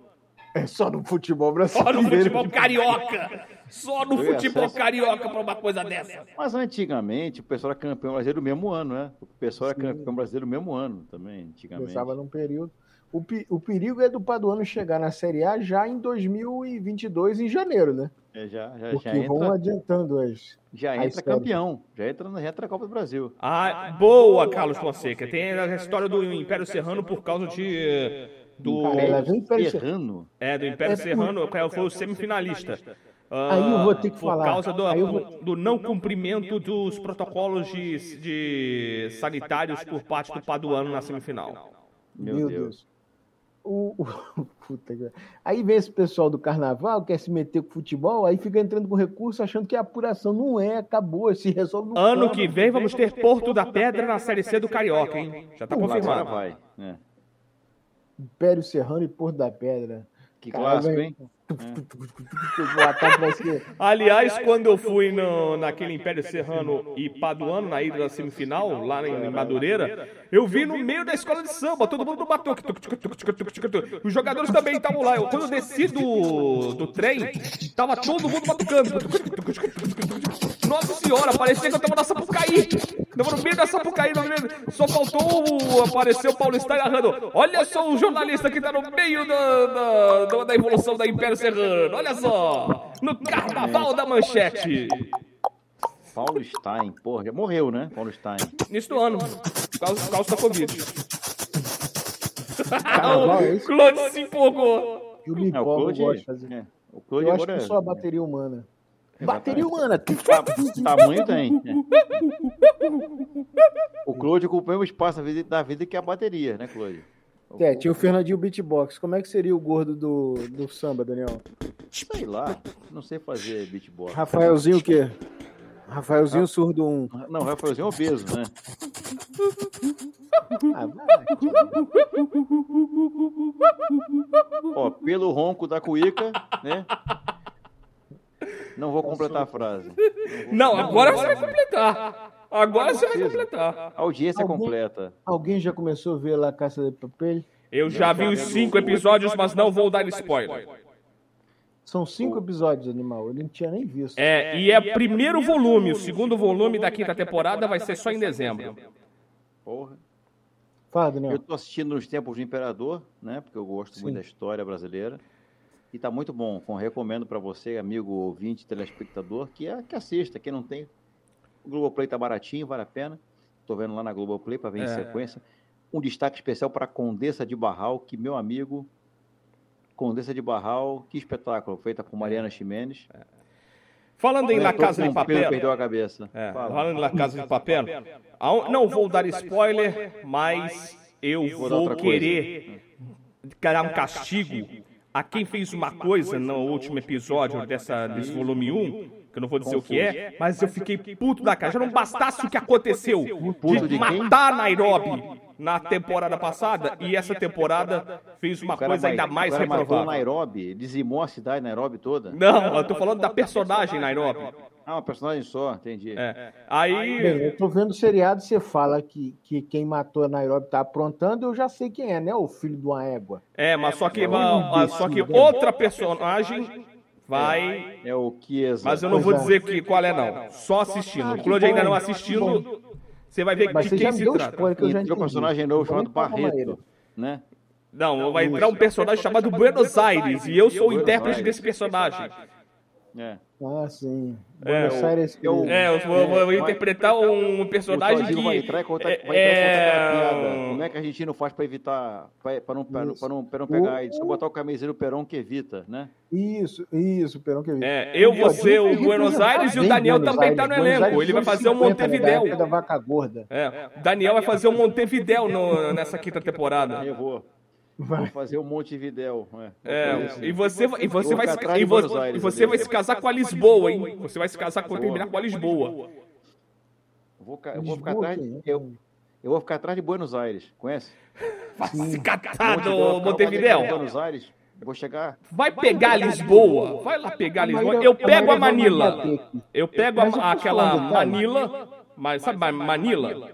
É só no futebol brasileiro.
Só no futebol carioca. Só no
Dois
futebol
acessos.
carioca pra uma coisa dessa.
Mas antigamente o pessoal era campeão brasileiro no mesmo ano, né? O pessoal era campeão brasileiro no mesmo ano também, antigamente.
Começava num período. O, pe- o perigo é do Paduano chegar na Série A já em 2022, em janeiro, né?
É, já, já,
Porque
já entra,
vão adiantando as.
já
a
entra
história.
campeão. Já entra, na- já entra na Copa do Brasil.
Ah, boa, Carlos Fonseca. Tem a história do Império Serrano por causa de. eh, Do.
Cara, ela vem pra-
Serrano.
É, do Império
É,
Serrano, qual foi o semifinalista. Ah,
Aí eu vou ter que
por
falar.
causa do,
Aí eu vou-
do não cumprimento dos protocolos de, de sanitários por parte do Paduano na semifinal.
Meu, Deus.
O, o- puta que- Aí vem esse pessoal do carnaval, quer se meter com futebol, aí fica entrando com recurso achando que é apuração. Não é, acabou, se resolve no
Ano
campo.
que vem vamos ter Porto da Pedra na Série C do Carioca, hein? Já tá
Agora
confirmado.
vai. né?
Império Serrano e Porto da Pedra.
Que
Cara,
clássico,
vai-
hein? É.
O ataque vai ser.
Aliás, quando eu fui no, naquele Império Serrano e Paduano, na ida da semifinal, lá em, em Madureira, eu vi no meio da escola de samba, todo mundo bateu. tuc, tuc, tuc, tuc, tuc, tuc, tuc, tuc. Os jogadores também estavam lá. Eu, quando eu desci do, do trem, tava todo mundo batucando. Nossa senhora, parecia que eu tava na Sapucaí. Tava no meio da Sapucaí. no meio- Só faltou o, aparecer o Paulistão narrando. Olha só o jornalista que tá no meio da, da, da- da evolução da Império Serrano. Olha só. No Carnaval da Manchete.
Paulo Stein, porra, já morreu, né? Paulo Stein.
Início do ano. Por causa, por causa da Covid.
Carnaval, é
o
isso?
Claude se empolgou.
Eu me
É, o
empolgo, eu gosto de
Claude.
fazer.
é, tá, O Claude
Eu acho
agora.
que só a bateria humana.
é,
Bateria humana!
Ta- Tamanho tem. é. O Claude ocupou o espaço da vida, da vida que é a bateria, né, Claude?
É, tinha o Fernandinho Beatbox. Como é que seria o gordo do, do samba, Daniel?
Sei lá, não sei fazer beatbox.
Rafaelzinho o quê?
Ah.
Rafaelzinho surdo um.
Não, Rafaelzinho é obeso, né?
Ah, vai.
Ó, pelo ronco da cuíca, né? Não
Tá
vou completar a frase.
Não, agora você vai completar. Agora você vai completar.
A audiência
Alguém-
completa.
Alguém já começou a ver lá a Caça de Papel?
Eu já vi os cinco episódios, mas não vou dar spoiler.
São cinco episódios, animal. Eu não tinha nem visto.
É, e é primeiro volume. O segundo volume da quinta temporada vai ser só em dezembro.
Porra.
Fala,
Eu
Daniel.
tô assistindo Nos Tempos do Imperador, né? Porque eu gosto muito
Sim.
da história brasileira. E tá muito bom. Com, recomendo pra você, amigo ouvinte, telespectador, que, é, que assista. Quem não tem, o Globoplay tá baratinho, vale a pena. Tô vendo lá na Globoplay pra ver em
É.
sequência. Um destaque especial para Condessa de Barral, que meu amigo. Condessa de Barral, que espetáculo, feita por Mariana Ximenes.
Falando em La Casa de
Todo mundo
Papel.
perdeu a cabeça.
É,
Fala.
falando em La Casa de Papel. aon- Não vou dar spoiler, mas eu
Vou dar
vou
outra coisa.
querer dar um castigo a quem fez uma coisa no último episódio dessa, desse volume 1, que eu não vou dizer o que é, mas eu fiquei puto da cara. Já não bastasse o que aconteceu
Puto
de
de quem?
matar Nairobi na temporada passada e essa temporada fez uma
O cara
coisa ainda
ma-
mais um
o cara matou
reprovável.
Nairobi, dizimou a cidade Nairobi toda.
Não, eu tô falando da personagem Nairobi.
Ah, uma personagem só, entendi.
É.
Bem,
Aí.
eu tô vendo o seriado, você fala que, que quem matou a Nairobi tá aprontando, eu já sei quem é, né? O filho de uma égua.
É, mas só que,
Eu não
mas
vi
só
esse
que
filme.
outra personagem vai.
É o Chiesa.
Mas eu não vou
Pois é.
dizer que, qual é, não. Só assistindo. O Claude ainda não assistindo. Você vai ver
Mas
de
você já
quem
me
se
deu
trata.
spoiler que eu já
Entrou um
entendi.
personagem novo chamado
Vamos pra Romaeira.
Barreto, né?
Não, vai entrar um personagem chamado Buenos Aires e eu sou o intérprete desse personagem.
É.
Ah, sim.
É,
Buenos
o-
Aires.
eu-
É, eu vou, vou- vou interpretar um personagem É,
o Tondino vai
que.
entrar e contar, vai entrar e contar aquela piada. Como
É,
é que a gente não faz pra evitar, pra, pra não, pra, não- pra não, pra não
Isso.
pegar AIDS? Só botar o camiseiro Perón que evita, né?
Isso, isso, Perão que vi.
é, eu, você, o Buenos Aires e o
é Bem,
Daniel
Buenos
também tá no
Aires. Buenos Aires
elenco. Ele vai
dos anos
fazer um o
50, né, da
Montevidéu.
época Da vaca gorda.
É, o Daniel vai fazer o Montevidéu no- nessa quinta temporada.
Eu vou. Vou fazer um Montevidéu.
É, e
assim.
você, e você
Vou
vai, se-
atrás
e
de
você,
Buenos Aires,
e você vai
beleza.
se casar com a Lisboa, hein? Você vai se casar com terminar com a Lisboa.
Vou, ca- eu vou ficar
Lisboa,
atrás.
quem é?
Eu, eu vou ficar atrás de Buenos Aires. Conhece?
Vai se catar
Montevidéu, eu
Ah, no
vou ficar atrás de
Montevidéu.
Buenos Aires. Vou chegar.
Vai pegar Lisboa. Vai lá pegar Lisboa. Eu pego a Manila. Eu pego
Mas eu
a,
posso
aquela
falar um detalhe?
Manila. Mas, sabe, Ma- Manila?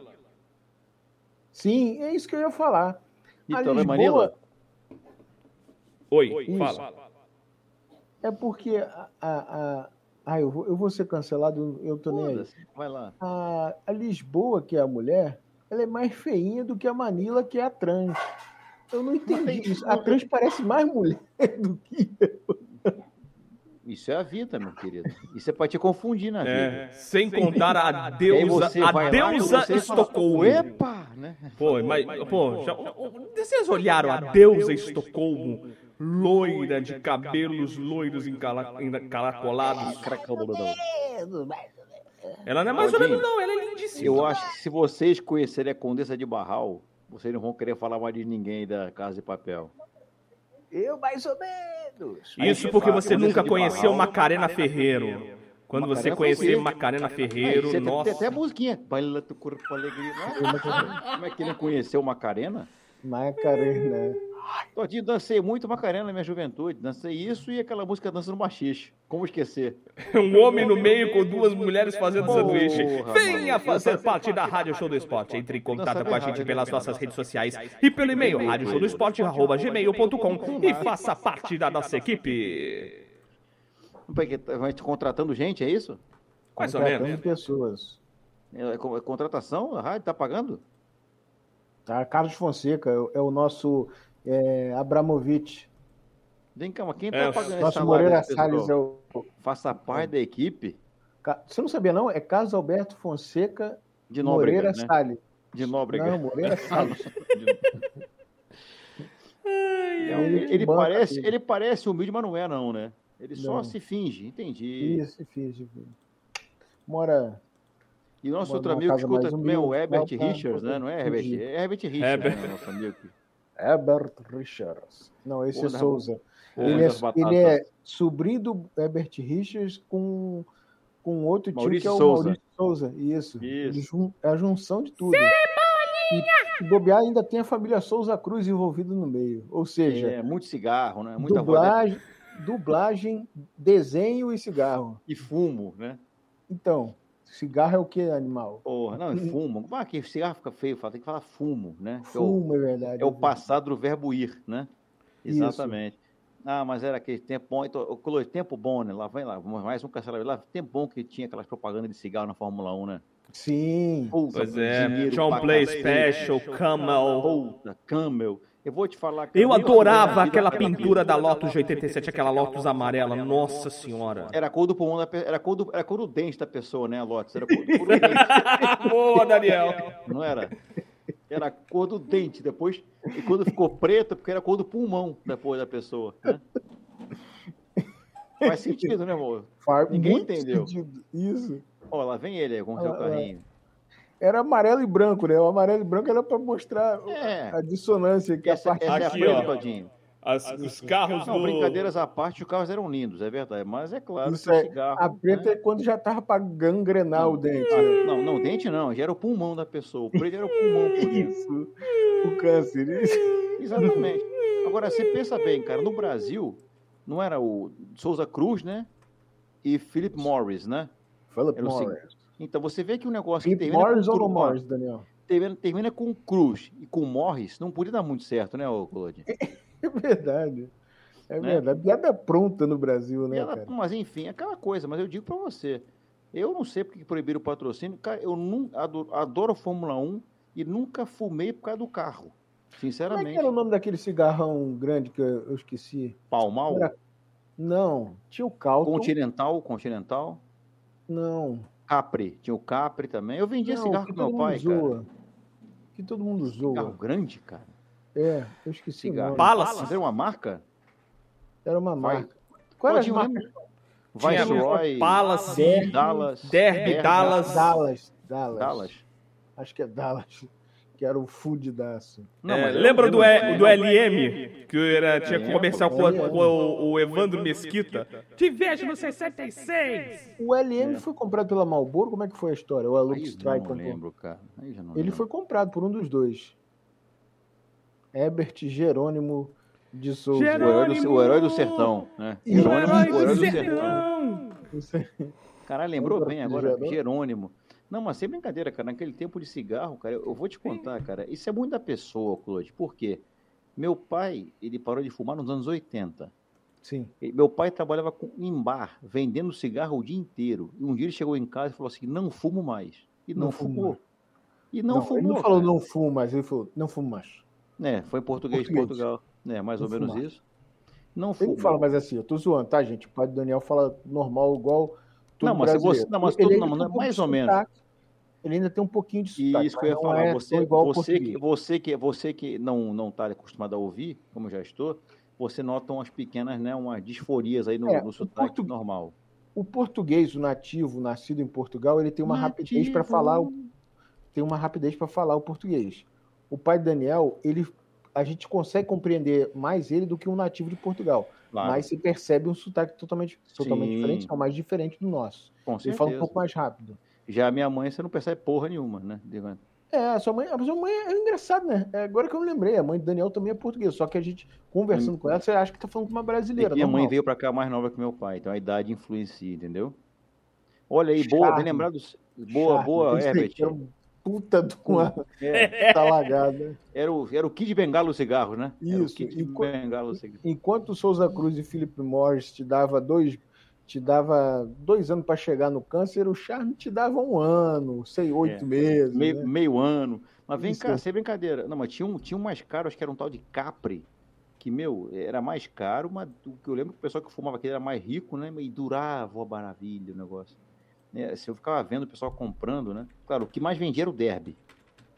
Sim, é isso que eu ia falar. A
Então, não é
Lisboa
Manila?
Oi, fala.
é porque a. a, a- ah, eu vou, eu vou ser cancelado, eu tô nem aí.
Foda-se, Vai lá.
a, a Lisboa, que é a mulher, ela é mais feinha do que a Manila, que é a trans. Eu não entendi isso. A trans parece mais mulher do que.
Isso é a vida, meu querido. Isso é pra te confundir na vida.
É, sem contar a
E aí
deusa,
você vai
a
lá e
deusa
você fala,
Estocolmo.
Epa, né?
Pô, mas, pô, já, vocês olharam a deusa Estocolmo, loira de cabelos loiros encala- encaracolados? Ela não é mais loira, não, ela é
Eu
lindíssima.
acho que se vocês conhecerem a Condessa de Barral, vocês não vão querer falar mais de ninguém da Casa de Papel.
Eu mais ou menos.
Isso porque você
Condessa
nunca
de
conheceu
Barral.
Macarena Ferreiro. Quando você
Macarena
conhecer
Ferreiro.
Macarena
É,
Ferreiro,
você tem-
nossa.
Tem até a musiquinha. Baila tu corpo alegria. Como é que não conheceu Macarena?
Macarena.
Todinho, dancei muito Macarena na minha juventude. Dancei isso e aquela música Dança no Machixe. Como esquecer?
Um homem no meio com duas mulheres fazendo
Porra,
sanduíche.
mano.
Venha fazer parte da Rádio Show do Esporte. Entre em contato com a gente pelas nossas redes sociais e pelo e-mail radioshowdoesporte.gmail.com e faça parte da nossa equipe.
Como é que tá- Vai te contratando gente, é isso?
Mais ou
Contratando
menos.
é
né?
pessoas.
É, é con- é contratação? A rádio tá pagando?
Tá? Carlos Fonseca é, o- é o nosso é, Abramovich.
Vem cá, mas quem tá
É,
pagando esse
Nosso
salário
Moreira
desse pessoal?
Salles é o. É.
Faça parte da equipe
Ca- Você não sabia, não? É Carlos Alberto Fonseca
de
Moreira
Nóbrega, né?
Salles.
De Nóbrega.
Não, Moreira Salles.
É um- ele,
Ele banca
parece,
tudo.
ele parece humilde, mas não é, não, né? Ele só
Não.
se finge, entendi.
Isso, fiz. Mora.
E nosso
Uma-
outro
uma
amigo
casa
que escuta
mais
também é o
humilde,
Herbert
falta-
Richards, né? Não é Herbert?
Entendi.
É Herbert Richards,
Herbert.
né, nosso amigo.
Herbert Richards. Não, esse
Porra,
é Souza.
Homem
Ele é,
das batatas.
ele é sobrinho do Herbert Richards com, com outro tio
Maurício
que é o
Souza.
Maurício Souza. Isso.
Isso.
Jun- É a junção de tudo. E, e bobear ainda tem a família Souza Cruz envolvida no meio. Ou seja,
É, muito cigarro, né? Muita voz
dublagem, dublagem, desenho e cigarro.
e fumo, né?
Então, cigarro é o que, animal?
Porra, não,
Hum.
e fumo. Ah, que cigarro fica feio, fala, tem que falar fumo, né? Que é o-
Fumo, é
Tá
verdade.
É o passado do verbo ir, né?
Isso.
Exatamente. Ah, mas era aquele tempo bom, então, o colo- tempo bom, né? Lá vem lá, mais um cancelamento. Lá, tempo bom que tinha aquelas propagandas de cigarro na Fórmula 1, né?
Sim.
Puta,
Pois é,
dinheiro
John
pra
Play
cacete.
Special, Camel.
Puta, Camel. Eu vou te falar que
Eu adorava aquela pintura da Lotus de 87, aquela Lotus amarela. Nossa senhora.
Era a cor do pulmão da pe- era a cor do, era a cor do dente da pessoa, né, Lotus? Era a cor, cor do dente,
Boa, Daniel.
não era? Era a cor do dente, depois, e quando ficou preta, porque era a cor do pulmão depois da pessoa. né? Faz sentido, né, amor?
Far-
Ninguém
muito
entendeu.
sentido. Isso.
Ó, lá vem ele aí com o seu
Olha lá.
carrinho.
Era amarelo e branco, né? O amarelo e branco era para mostrar
É.
a dissonância que
Essa,
a parte
essa é a
Aqui,
preta,
ó.
Todinho.
As- os carros
Não,
do...
brincadeiras à parte, os carros eram lindos, é verdade. Mas é claro
Isso
que o
é,
cigarro. Ah,
A preta
né?
é quando já tava pra
Hum.
gangrenar o dente. né?
Não, não, o dente não, já era o pulmão da pessoa. O preto era o pulmão por dentro.
Isso. com câncer.
Exatamente. Agora, você pensa bem, cara, no Brasil, não era o Souza Cruz, né? E Philip Morris, né?
Fala,
Era o
Morris.
Então você vê que o negócio que
Philip
termina
Morris
com
ou não
Cruz,
Morris, Daniel?
termina, termina com Cruz e com Morris, não podia dar muito certo, né, ô Claude?
É verdade. É
Né?
verdade. Piada pronta no Brasil,
E
né,
ela-
cara?
mas enfim, é aquela coisa, mas eu digo pra você, eu não sei porque que proibiram o patrocínio, cara, eu não, adoro, adoro a Fórmula 1 e nunca fumei por causa do carro.
Como é que
Sinceramente,
era o nome daquele cigarrão grande que eu eu esqueci?
Palmal,
Era Não, tinha o Calton.
Continental, Continental,
Não.
Capri, tinha o Capri também. Eu vendia
não,
cigarro
que
pro meu
todo
pai,
mundo
cara.
zoa. Que todo mundo zoa.
Cigarro grande, cara.
É, eu esqueci
Cigarro.
o nome.
Palace.
Mas era uma marca?
Era uma
Vai.
marca. Qual era
Pô,
a
tinha um-
marca?
Tinha
Viceroy,
Palace,
Derby,
Dallas.
Derby, Dallas.
Dallas, Dallas.
Dallas.
Acho que é Dallas. Que era um o food da...
Não,
É,
mas eu
lembra do,
lembro-
E- do LM? Que era, tinha
Lembro.
comercial com, a-
Lembro.
com o, o Evandro Mesquita. Te vejo no 66!
O LM foi comprado pela Marlboro? Como é que foi a história? Ou a
É. Aí
Luke
eu já
Strike
não
comprou?
lembro, cara. Aí eu já não
Ele
lembro.
foi comprado por um dos dois. Herbert Jerônimo de Souza.
o herói, do, o herói do sertão, né?
E o
Um
Jerônimo,
herói do
Caralho, lembrou
Lembra
bem
do
agora,
Jerônimo?
Jerônimo. Não, mas sem brincadeira, cara, naquele tempo de cigarro, cara, eu eu vou te contar, cara, isso é muito da pessoa, Claude, por quê? Meu pai, ele parou de fumar nos anos 80.
Sim.
E Meu pai trabalhava com, em bar, vendendo cigarro o dia inteiro. E um dia ele chegou em casa e falou assim, não fumo mais. E não,
Não fumo
fumou. E não, fumou.
ele não falou
cara.
não fumo mais, ele falou não fumo mais.
É, foi em português de
Português.
Portugal. É, mais
Não
ou menos
fumar.
isso. Não
Ele
fumou.
não fala mais assim, eu tô zoando, tá, gente? O pai do Daniel fala normal igual todo
Não, mas se
brasileiro.
você- não, mas
Ele
todo-
ainda
não,
tem um
mas
pouco
mais
de
ou menos.
sotaque, Ele ainda tem um pouquinho de
E
sotaque.
isso que eu ia
mas não
falar,
é
você,
tão igual ao
você, que,
português.
você que você que não não está acostumado a ouvir, como eu já estou, você nota umas pequenas, né, umas disforias aí no,
É,
no
o
sotaque
portu-
normal.
O português, o nativo, nascido em Portugal, ele tem uma rapidez para falar, o- tem uma rapidez para falar o português. O pai do Daniel, ele a gente consegue compreender mais ele do que um nativo de Portugal,
Claro,
mas se percebe um sotaque totalmente, totalmente
Sim.
diferente, não, mais diferente do nosso.
com
Ele
certeza.
fala um pouco mais rápido.
Já a minha mãe, você não percebe porra nenhuma, né? Digo,
É, a sua mãe, a sua mãe é engraçado, né? É agora que eu me lembrei, a mãe do Daniel também é portuguesa, só que a gente conversando com ela, você acha que tá falando com uma
É
brasileira,
que minha Hum. mãe
normal.
veio pra cá mais nova que meu pai, então a idade influencia, entendeu? Olha aí, boa,
Charme.
bem lembrado. Boa,
Charme,
boa,
tem que
Herbert.
ser um Puta tá de uma
É,
talagada.
era, o, era o Kid Bengala o cigarro, né? Era o
Isso,
Kid
e co-
Bengala o cigarro.
enquanto o Souza Cruz e Felipe Morris te dava dois te dava dois anos para chegar no câncer, o Charme te dava um ano, sei, oito
É.
meses.
meio,
né?
meio ano. Mas vem
Isso.
cá, sem brincadeira. Não, mas tinha um, tinha um mais caro, acho que era um tal de Capri, que, meu, era mais caro, mas o que eu lembro é que o pessoal que fumava aquele era mais rico, né? E durava a maravilha o negócio. É, se eu ficava vendo o pessoal comprando, né? Claro, o que mais vendia era o derby.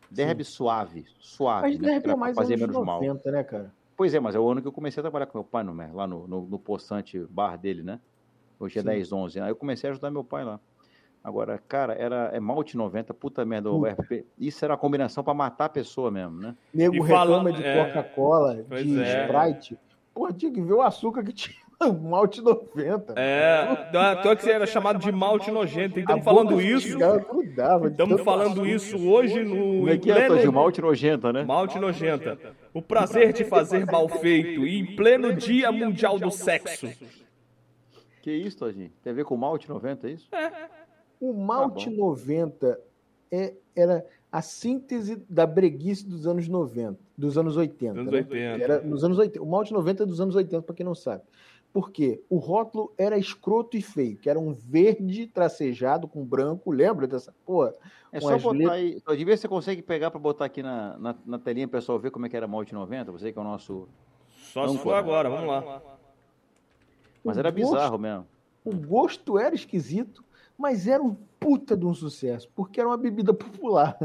Derby suave, suave.
Mas
né?
de repente
Era
é
pra
mais
fazer
anos
menos mal.
90, né, cara?
Pois é, mas é o ano que eu comecei a trabalhar com meu pai no, lá no, no, no poçante bar dele, né? Hoje é
Sim.
10, 11. Aí eu comecei a ajudar meu pai lá. Agora, cara, era é malte 90, puta merda, o RP. Isso era a combinação pra matar a pessoa mesmo, né?
Nego
E
reclama
fala-
de
é.
Coca-Cola,
Pois
de
é.
Sprite. Pô, tinha que ver o açúcar que tinha no malte 90.
É, da- tanto que você era chamado de malte nojento. E estamos falando isso,
Grudava, de
estamos
tanto
falando
açúcar.
isso hoje no
Como é
em
que é, Tadinho?
pleno
Malte nojenta, né?
Malte nojenta. O prazer de fazer mal feito e em pleno Dia Mundial do Sexo.
Que isso, Tadinho? Tem a ver com malte 90, é isso?
O malte
bom.
90 é- era a síntese da breguice dos anos 90, dos anos 80.
Anos
né?
80.
Era nos anos 80. O malte 90 é dos anos 80, para quem não sabe. Por quê? O rótulo era escroto e feio, que era um verde tracejado com branco. Lembra dessa porra?
É
Com
só
as
botar
letras-
aí. Tadinho, vê se você consegue pegar pra botar aqui na, na, na telinha pro pessoal ver como é que era malte 90, você que é o nosso.
Só se for agora, vamos lá.
Mas
O
era
gosto-
bizarro mesmo.
O gosto era esquisito, mas era um puta de um sucesso, porque era uma bebida popular.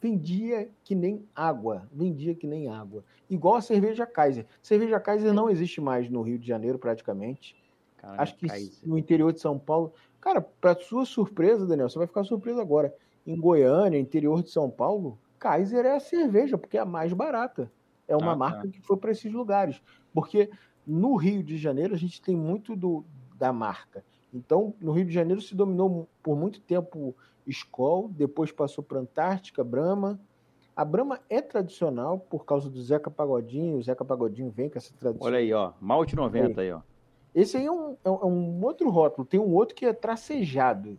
Vendia que nem água, vendia que nem água. Igual a cerveja Kaiser. Cerveja Kaiser não existe mais no Rio de Janeiro, praticamente.
Caralho,
Acho que
Kaiser.
no interior de São Paulo. Cara, para sua surpresa, Daniel, você vai ficar surpreso agora. Em Goiânia, interior de São Paulo, Kaiser é a cerveja, porque é a mais barata. É uma
Ah, tá.
marca que foi para esses lugares. Porque no Rio de Janeiro a gente tem muito do, da marca. Então, no Rio de Janeiro se dominou mu- por muito tempo Skol, depois passou para Antártica, Brahma, A Brahma é tradicional por causa do Zeca Pagodinho. O Zeca Pagodinho vem com essa tradição.
Olha aí, ó. Malte 90 aí, ó.
Esse aí é um, é um- é um outro rótulo. Tem um outro que é tracejado.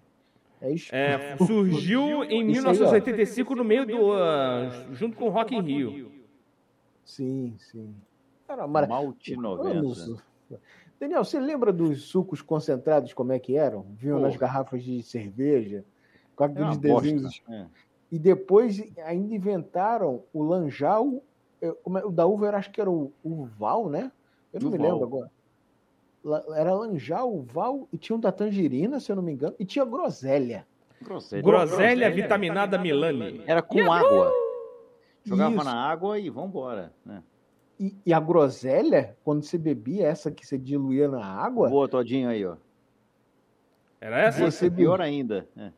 É isso.
É, surgiu em
Isso aí, ó.
1985 no meio do. ah, junto com o Rock in Rio.
Sim, sim. Era uma mara-
Malte
Anos.
90.
Daniel, você lembra dos sucos concentrados, como é que eram? Vinham nas garrafas de cerveja, com
É uma
aqueles desenhos.
bosta. É.
E depois ainda inventaram o lanjal, é, como é- o da uva eu acho que era o, o Val, né? Eu não me
Duval.
lembro agora. La- Era lanjal, Val, e tinha um da tangerina, se eu não me engano, e tinha groselha.
Groselha.
Groselha vitaminada Milani.
Era com água. Jogava
Isso.
na água e vambora. Né?
E, e a groselha, quando você bebia essa que você diluía na água,
Boa, Todinho aí, ó.
Era essa?
Você
Você pior ainda. É.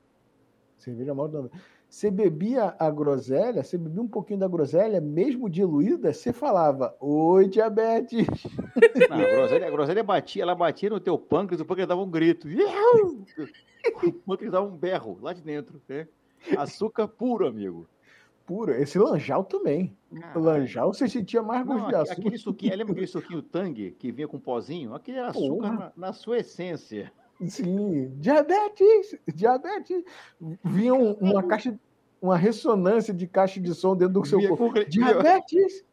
Cerveja é mal não. Você bebia a groselha, você bebia um pouquinho da groselha, mesmo diluída, você falava, oi, diabetes.
Não, a groselha, a groselha batia, ela batia no teu pâncreas, o pâncreas dava um grito. Iau! O pâncreas dava um berro lá de dentro. Né? Açúcar puro, amigo.
Puro. Esse lanjal também. O lanjal você sentia mais
Não,
gosto de
aque-
açúcar. é
aquele suquinho, lembra aquele suquinho Tang que vinha com pozinho? Aquele era açúcar
Porra.
na, na sua essência.
Sim, diabetes, diabetes. Vinha um- uma caixa, uma ressonância de caixa de som dentro do seu
Vinha
corpo.
com- vinha-
Diabetes.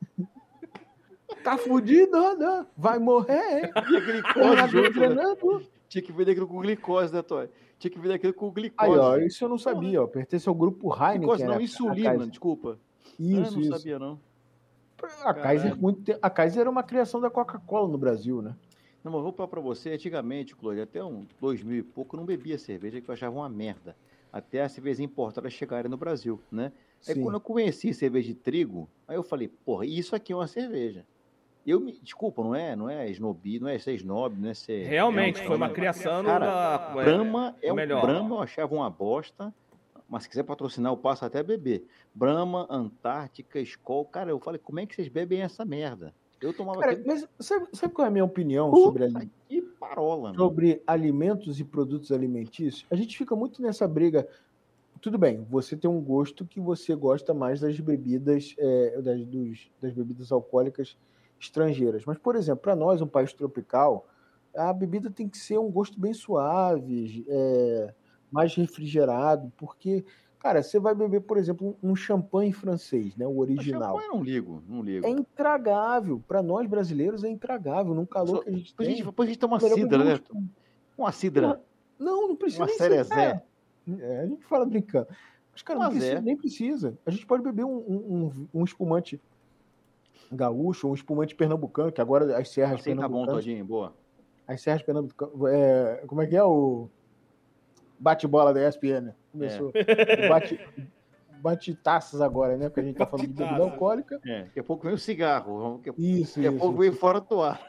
Tá fudido, né? vai morrer, hein?
vinha glicose
Tá
junto, né?
drenando.
Tinha que vender aquilo com glicose, né, Toy? Tinha que vender aquilo com glicose.
Aí, ó, isso eu não sabia, ó. Pertence ao grupo
glicose
Heineken.
não,
né?
insulina,
A Kaiser.
desculpa. Ah,
Isso,
não
isso.
sabia, não.
A Kaiser,
Caralho.
muito te- a Kaiser era uma criação da Coca-Cola no Brasil, né?
Não, mas vou falar pra você, antigamente, Clóvis, até um 2000 e pouco, eu não bebia cerveja, que eu achava uma merda. Até as cervejas importadas chegarem no Brasil, né? Aí
Sim.
quando eu conheci cerveja de trigo, aí eu falei, porra, isso aqui é uma cerveja. Eu me, desculpa, não é, não é snobi, não é ser snob, não é ser...
Realmente,
é,
foi uma criação da.
Brahma é um
melhor.
Brahma eu achava uma bosta, mas se quiser patrocinar, eu passo até a beber. Brahma, Antártica, Skol, cara, eu falei, como é que vocês bebem essa merda? Eu tomava
Cara,
aquele-
mas sabe, sabe qual é a minha opinião
Puta
sobre, ali-
que parola, mano.
sobre alimentos e produtos alimentícios? A gente fica muito nessa briga. Tudo bem, você tem um gosto que você gosta mais das bebidas, é, das, dos- das bebidas alcoólicas estrangeiras. Mas, por exemplo, para nós, um país tropical, a bebida tem que ser um gosto bem suave, é, mais refrigerado, porque, cara, você vai beber, por exemplo, um champanhe francês, né, o
Mas
original.
champanhe eu não ligo, não ligo.
É intragável. Para nós brasileiros é intragável. Num calor
Só-
que a gente
Depois a
tem.
gente, depois a gente toma
Melhor com
cidra, né?
gosto.
Uma cidra,
Não, não precisa.
uma
nem
série
ser- é,
Zé.
é, a gente fala brincando. Mas, cara, não
Mas
precisa,
é.
nem precisa. A gente pode beber um, um, um- um espumante gaúcho, um espumante pernambucano, que agora as serras
Assim tá bom,
pernambucanas.
Todinho, boa.
as serras pernambucanas. é, como é que é o. Bate-bola da ESPN, né? Começou.
É.
O Bate, bate taças agora, né? Porque a gente tá falando de bebida
Bate-taças.
alcoólica.
É, daqui a pouco vem o cigarro, daqui a,
Isso,
daqui a
isso.
pouco vem fora do ar.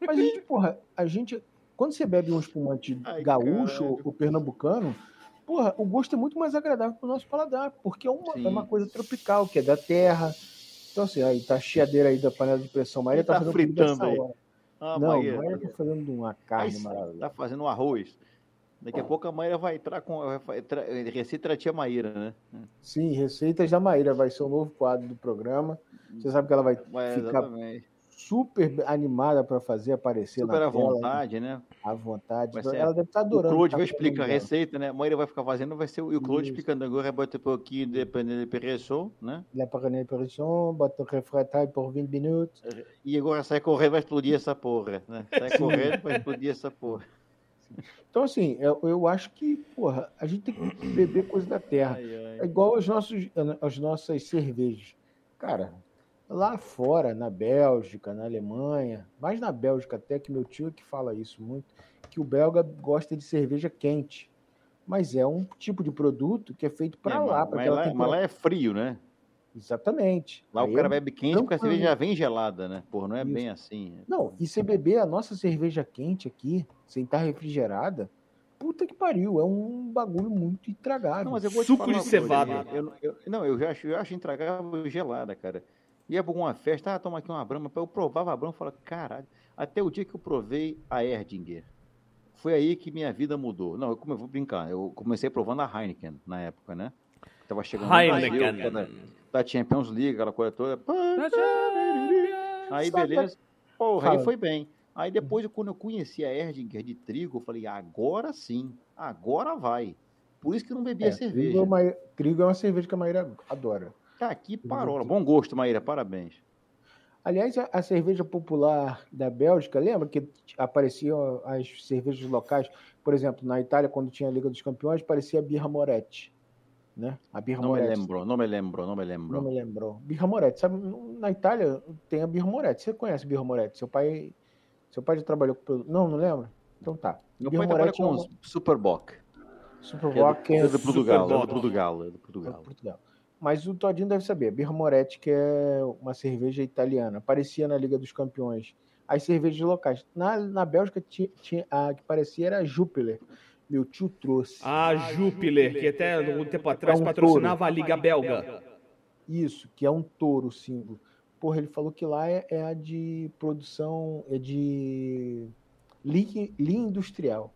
Mas a gente, porra, a gente. Quando você bebe um espumante
Ai,
gaúcho
caralho.
ou pernambucano, porra, o gosto é muito mais agradável pro nosso paladar, porque é uma,
Sim.
é uma coisa tropical, que é da terra. Então, assim, aí tá a chiadeira aí da panela de pressão. Maria tá,
Tá
fazendo comida
fritando
essa
aí.
hora.
Ah,
Não,
Maíra,
Maria tá fazendo uma
Aí
carne
sim,
maravilhosa.
tá fazendo um arroz. Daqui a pouco a Maíra vai entrar com. Vai, vai, tra- receita da tia Maíra, né?
Sim, Receitas da Maíra vai ser o novo quadro do programa. Você sabe que ela vai
Vai,
Fica
É, exatamente.
super animada para fazer aparecer
Super
na
à
tela,
vontade, né?
à vontade.
Vai ser-
Ela deve estar adorando.
o Claude
tá
vai explicar a
comendo.
receita, né? A Maíra vai ficar fazendo, vai ser o e o Claude
Isso.
explicando agora, bota um pouquinho de panela de pressão, né?
La panela de pressão, bota o refratário por 20 minutos.
E agora sai correndo, vai explodir essa porra, né? Sai correndo, vai explodir essa porra.
Então, assim, eu, eu acho que, porra, a gente tem que beber coisa da terra.
Ai, ai.
É igual aos nossos, as nossas cervejas. Cara, lá fora, na Bélgica, na Alemanha, mais na Bélgica até, que meu tio é que fala isso muito, que o belga gosta de cerveja quente. Mas é um tipo de produto que é feito para
É,
lá,
mas,
para
mas,
aquela
lá, mas
temperatura.
lá é frio, né?
Exatamente.
Lá
Aí
o cara
é-
bebe quente porque a
tranquilo.
cerveja já vem gelada, né? Porra, não é
Isso.
bem assim.
Não, e você beber a nossa cerveja quente aqui, sem estar refrigerada, puta que pariu, é um bagulho muito intragável.
Não, mas eu vou te
Suco
falar
de
uma coisa,
cevada.
eu- eu- não, eu já acho, eu acho intragável gelada, cara. Ia pra alguma festa, ah, toma aqui uma brama. Eu provava a brama e falava, caralho. Até o dia que eu provei a Erdinger. Foi aí que minha vida mudou. Não, eu, como eu vou brincar, eu comecei provando a Heineken na época, né? Tava chegando
é, Heineken.
no Brasil, da, da Champions League, aquela coisa toda. Pá, Aí,
Sabe-
beleza. Porra, aí
Fala.
foi bem. Aí depois, quando eu conheci a Erdinger de trigo, eu falei, agora sim, agora vai. Por isso que eu não bebia
É, Trigo é,
cerveja.
uma, trigo é uma cerveja que a Maíra adora.
Tá aqui,
Uhum.
parola. Bom gosto, Maíra, parabéns.
Aliás, a, a cerveja popular da Bélgica, lembra que apareciam as cervejas locais? Por exemplo, na Itália, quando tinha a Liga dos Campeões, parecia a Birra Moretti. Né? A Birra
Não me
Moretti.
lembro, não me lembro, não me
Não
lembro.
me lembrou. Birra Moretti. Sabe, na Itália tem a Birra Moretti. Você conhece Birra Moretti? Seu pai, seu pai já trabalhou com... produto- Não, não lembra? Então tá.
Meu
Birra
pai trabalha
Moretti é
com
uma-
Superbock.
Superbock
É
é
do Portugal, é do
Superbock.
Portugal, é do Portugal.
Portugal. Mas o Todinho deve saber. Birra Moretti, que é uma cerveja italiana, aparecia na Liga dos Campeões. As cervejas locais. Na, na Bélgica, ti- tinha, a que parecia era a Jupiler. Meu tio trouxe.
Ah.
A Jupiler, que até algum tempo atrás
É um touro.
patrocinava a Liga Belga.
Isso, que é um touro o símbolo. Porra, ele falou que lá é, é a de produção, é de linha, linha industrial.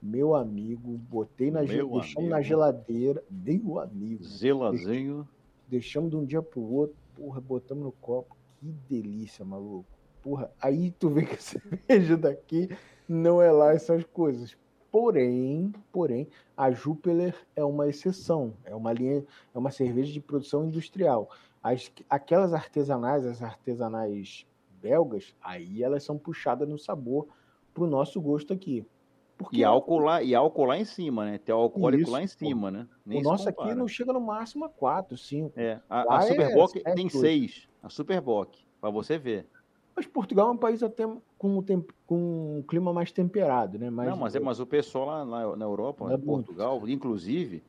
Meu amigo, botei na gel-
Meu
deixamos
amigo.
na geladeira, meu amigo.
Zelazinho.
Deixamos de um dia pro outro, porra, botamos no copo. Que delícia, maluco. Porra, aí tu vê que a cerveja daqui não é lá essas coisas. Porém, porém, a Jupiler é uma exceção, é uma linha, é uma cerveja de produção industrial. As, aquelas artesanais, as artesanais belgas, aí elas são puxadas no sabor pro nosso gosto aqui. Porque
E álcool, lá, e álcool lá em cima, né? Tem alcoólico
é Isso,
lá em
pô.
cima, né? Nem
o
se
nosso aqui
compara.
não chega no máximo a 4, 5.
É, a,
Lá
a
é
Superbock
sete,
tem
oito.
seis. A Superbock, pra você ver.
Mas Portugal é um país até com, um tem- com um clima mais temperado, né? Mais,
não, mas, é, mas o pessoal lá na, na Europa,
Não é
em Portugal, inclusive,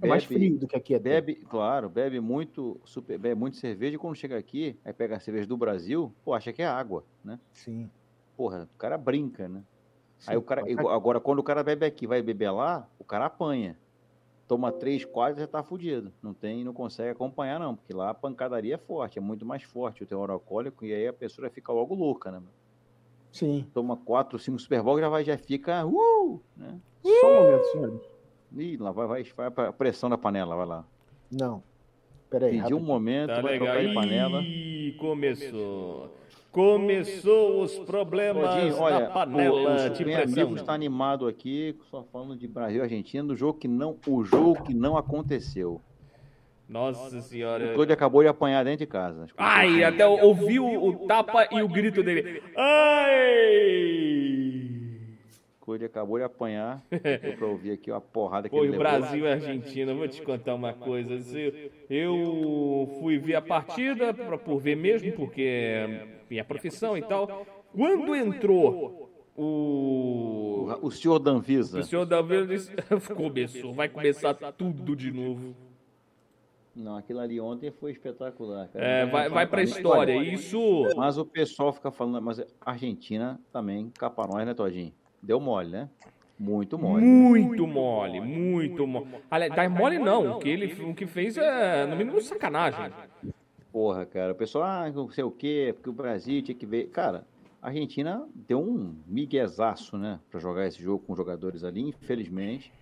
é mais
bebe-
frio do que aqui até.
Bebe, claro, bebe muito, super, bebe muito cerveja e quando chega aqui, aí pega a cerveja do Brasil, pô, acha que é água, né?
Sim.
Porra, o cara brinca, né?
Sim,
Aí o cara,
mas
igual- agora quando o cara bebe aqui, vai beber lá, o cara apanha. Toma três, quatro, já tá fudido. Não tem, não consegue acompanhar não, porque lá a pancadaria é forte, é muito mais forte o teor alcoólico e aí a pessoa fica logo louca, né?
Sim.
Toma quatro, cinco Super Bowl, já vai, já fica, uh, né?
Só um momento, senhor.
Ih, lá vai, vai, vai pra pressão da panela, vai lá.
Não. Peraí.
Pediu um momento,
Tá
vai
legal.
trocar de panela.
Ih, começou. Começou os problemas
Todinho, olha,
da panela
o, o
de
meu amigo
pressão.
está animado aqui, só falando de Brasil e Argentina, do jogo que não, o jogo que não aconteceu.
Nossa senhora.
O Todd acabou de apanhar dentro de casa.
Ai, até eu ouvi o, o tapa e o grito dele. Ai!
O Todd acabou de apanhar. Deu pra ouvir aqui a porrada que
Pô, e
ele
o
levou.
Brasil e a Argentina, eu vou te contar uma coisa. assim, Eu fui ver a partida pra- por ver mesmo, porque é minha profissão e tal. Quando entrou o.
O, o senhor Danvisa.
O senhor Davi disse: começou, vai começar tudo de novo.
Não, aquilo ali ontem foi espetacular, cara.
É, vai, vai pra história. Isso.
Mas o pessoal fica falando, mas a Argentina também, caparões, né, Todinho? Deu mole, né? Muito mole. né?
Muito mole, muito mole. Aliás, dar mole não, o que ele o que fez é, no mínimo, sacanagem.
Porra, cara. O pessoal, ah, não sei o quê, porque o Brasil tinha que ver. Cara, a Argentina deu um miguezaço, né? Pra jogar esse jogo com jogadores ali, infelizmente.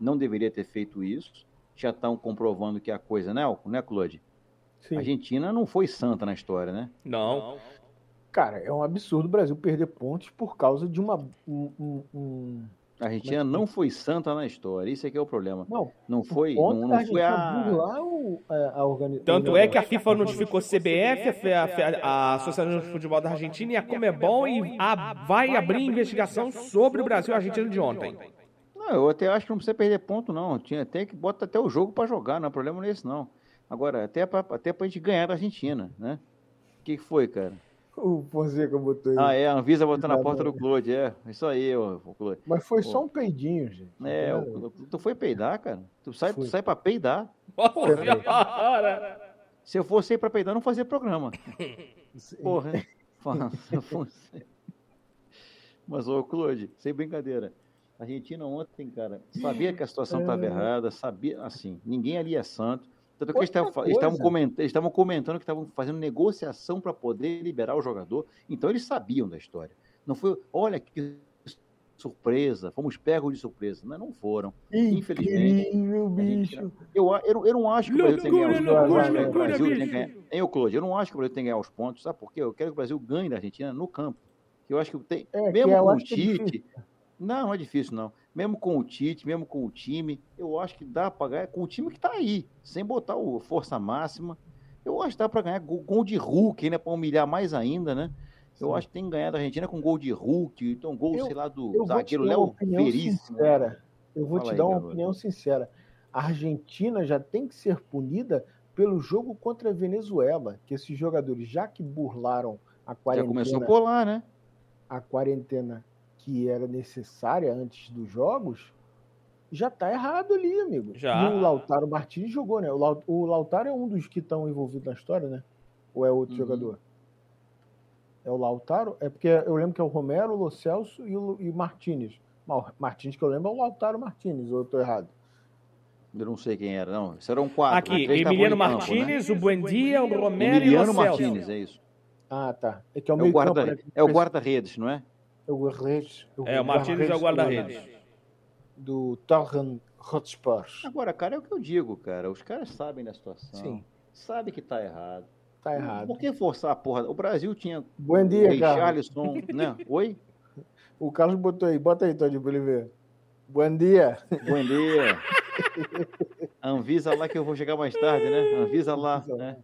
Não deveria ter feito isso. Já estão comprovando que a coisa, né, Alco? né, Claude?
Sim.
A Argentina não foi santa na história, né?
Não.
Cara, é um absurdo o Brasil perder pontos por causa de uma. um- um- um-
A Argentina não foi santa na história. Isso é que é o problema.
Não,
Não foi,
ponto
não,
da
não foi
Argentina
a.
burlar o- é, a, a organização.
Tanto é que a FIFA notificou a CBF, a, a- a Associação de Futebol da Argentina e a Comebol e a- vai abrir investigação sobre o Brasil e a Argentina de ontem.
Não, eu até acho que não precisa perder ponto, não. Tinha até que bota até o jogo pra jogar, não é problema nesse, não. Agora, até pra, até pra gente ganhar da Argentina, né? O que que foi, cara?
O Fonseca botou aí.
Ah, é, a Anvisa botando na porta do Claude, é. Isso aí, ô, ô Claude.
Mas foi só um peidinho, gente.
É,
Não
o- o- tu foi peidar, cara. Tu sai, tu
Fui.
sai pra peidar.
Nossa senhora!
Se eu fosse sair pra peidar, eu não fazia programa. Porra. Fala, se eu fosse. Mas, ô, Claude, sem brincadeira. A Argentina ontem, cara, sabia que a situação estava
É.
errada, sabia, assim, ninguém ali é santo. Tanto que eles
Outra
estavam fa- eles estavam
coisa.
comentando, eles estavam comentando que estavam fazendo negociação para poder liberar o jogador. Então eles sabiam da história. Não foi, olha que surpresa, fomos pegos de surpresa. Mas não foram. Infelizmente,
Incrível, bicho.
Eu, a- eu, não- eu não acho que o Brasil tem que ganhar os
Loucura,
pontos. Eu acho que
loucura,
o Brasil
loucura,
tem que ganhar. Hein, ô, Claude, eu não acho que o Brasil tem que ganhar os pontos. Sabe por quê? Eu quero que o Brasil ganhe da Argentina no campo. Eu acho que tem.
É, que
mesmo
eu
com o
acho que é difícil.
Tite. não, não é difícil, não. Mesmo com o Tite, mesmo com o time, eu acho que dá pra ganhar com o time que tá aí, sem botar o força máxima. Eu acho que dá pra ganhar com gol de Hulk, né? Pra humilhar mais ainda, né? Eu acho que tem que ganhar da Argentina com gol de Hulk, então gol,
Eu-
sei lá, do
Eu vou te
zagueiro
dar uma
Léo
opinião
Veríssimo. né?
sincera. Eu vou
Fala
te
aí,
dar uma
garoto.
opinião sincera. A Argentina já tem que ser punida pelo jogo contra a Venezuela, que esses jogadores, já que burlaram a
Já
quarentena,
começou a colar, né?
a quarentena que era necessária antes dos jogos, já tá errado ali, amigo.
Já.
E o Lautaro Martins jogou, né? O Lau- O Lautaro é um dos que estão envolvidos na história, né? Ou é outro
Uhum.
jogador? É o Lautaro? É porque eu lembro que é o Romero, o Lo Celso e o, Lu- e o Martínez. Mas o Martínez que eu lembro é o Lautaro Martínez, ou eu tô errado?
Eu não sei quem era, não. Isso eram quatro.
Aqui,
três estavam
Emiliano
em campo, né?
Martinez, o Buendia, o Romero e
Emiliano
o Martins.
Martinez, é isso.
Ah, tá. É que é
É
o
o
meio campo,
guarda-
né?
é o guarda-redes, não é?
É o guarda-redes.
É, o Martinez é o guarda-redes.
Do Torren Hotspur.
Agora, cara, é o que eu digo, cara. Os caras sabem da situação.
Sim.
Sabem que tá errado.
Tá errado.
Por que forçar a porra? O Brasil tinha
Bom dia, cara.
Richarlison, né? Oi?
O Carlos botou aí, bota aí, Todd, pra ele ver. Bom dia.
Bom dia. Anvisa lá que eu vou chegar mais tarde, né? Anvisa lá,
Anvisa lá.
né?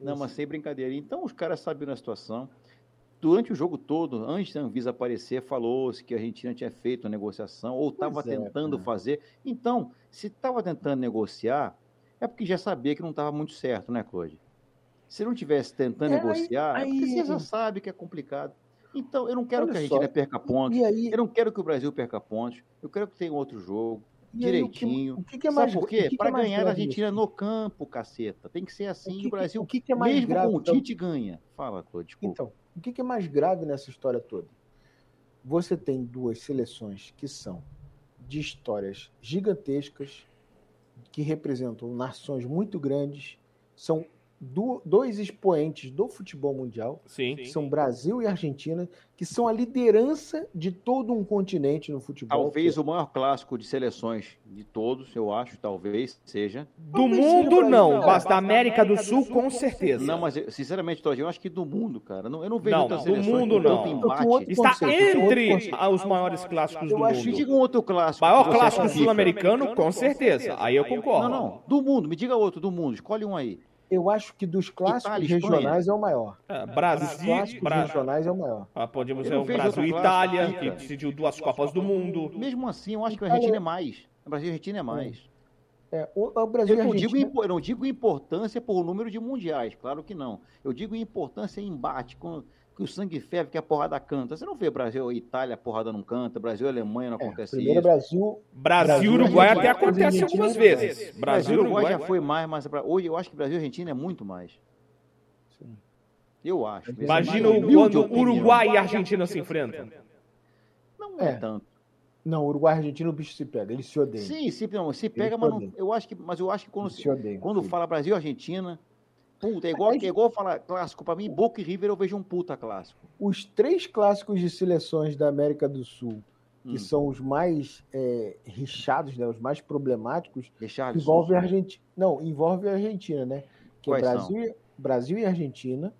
Não, mas sem brincadeira. Então, os caras sabiam da situação. Durante o jogo todo, antes da Anvisa aparecer, falou-se que a Argentina tinha feito uma negociação ou estava
Pois é,
tentando fazer. Então, se estava tentando negociar, é porque já sabia que não estava muito certo, né, Claude? Se não tivesse tentando
É, aí-
negociar, é porque
aí-
você já sabe que é complicado. Então, eu não quero
Olha
que a
só.
Argentina perca pontos.
E aí,
Eu não quero que o Brasil perca pontos. Eu quero que tenha outro jogo,
e aí, o que-
direitinho.
O que, que é
Sabe
mais
por
o que
quê?
que é
Para
mais
ganhar a
grave
Argentina
isso?
no campo, caceta. Tem que ser assim.
O
O,
que-
Brasil,
o que, que é mais
mesmo
grave?
com o
então?
Tite, ganha. Fala, Claude, desculpa.
Então, o que que é mais grave nessa história toda? Você tem duas seleções que são de histórias gigantescas, que representam nações muito grandes, são du- dois expoentes do futebol mundial,
Sim.
que são Brasil e Argentina, que são a liderança de todo um continente no futebol.
talvez o maior clássico de seleções de todos, eu acho, talvez seja.
Do mundo, não, mas da América do Sul, com certeza.
Não, mas eu- sinceramente, Todd, eu acho que do mundo, cara. Não, eu não vejo
Não,
outras
do
seleções
mundo,
com tanto
não.
Eu tô com
embate.
outro-
Está
Conceito,
entre
outro conceito.
os maiores clássicos do
Eu acho
Me
mundo.
diga um outro clássico. que
Maior
você
clássico
classifica.
sul-americano, com certeza. Aí eu
Não,
concordo.
não. Do mundo, me diga outro do mundo. Escolhe um aí.
Eu acho que dos clássicos
Itália, Espanha.
regionais é o maior.
É,
Dos
Brasil,
clássicos
Brasil.
regionais é o maior.
Ah, podemos
Eu
ver
não
o
vejo
Brasil e
outro
Itália,
clássico,
que
cara.
decidiu duas Copas do Mundo.
Mesmo assim, eu acho que a
Então,
Argentina é mais. O Brasil e a Argentina é mais.
É, o, o Brasil
Eu
e a
não,
Argentina.
digo, impo- eu não digo importância por número de mundiais, claro que não. Eu digo importância em embate, com, que o sangue ferve, que a porrada canta. Você não vê Brasil e Itália, a porrada não canta, Brasil e Alemanha não
É,
acontece
primeiro
assim, isso.
Brasil,
Brasil e
Brasil,
Uruguai
Argentina,
até acontece
Argentina,
algumas
Brasil.
vezes.
Brasil
Brasil
e
e
Uruguai
Uruguai. né?
já foi mais, mas pra- hoje eu acho que Brasil e Argentina é muito mais.
Sim.
Eu acho. Essa é a
Imagina
minha humilde
quando
opinião.
Uruguai e Argentina se enfrentam.
Não é
É.
tanto.
não, Uruguai e Argentina o bicho se pega, eles se odeiam.
Sim, se, não, se pega, mas, não-
também.
eu acho que, mas eu acho que quando,
eles se odeiam.
quando fala Brasil e Argentina, puta, é igual, é igual falar clássico. Pra mim, Boca e River eu vejo um puta clássico.
Os três clássicos de seleções da América do Sul, que
Hum.
são os mais é, richados, né, os mais problemáticos,
Richarlison.
envolve a Argentina. Não, envolve a Argentina, né? Que é
Quais
Brasil, e- Brasil e Argentina,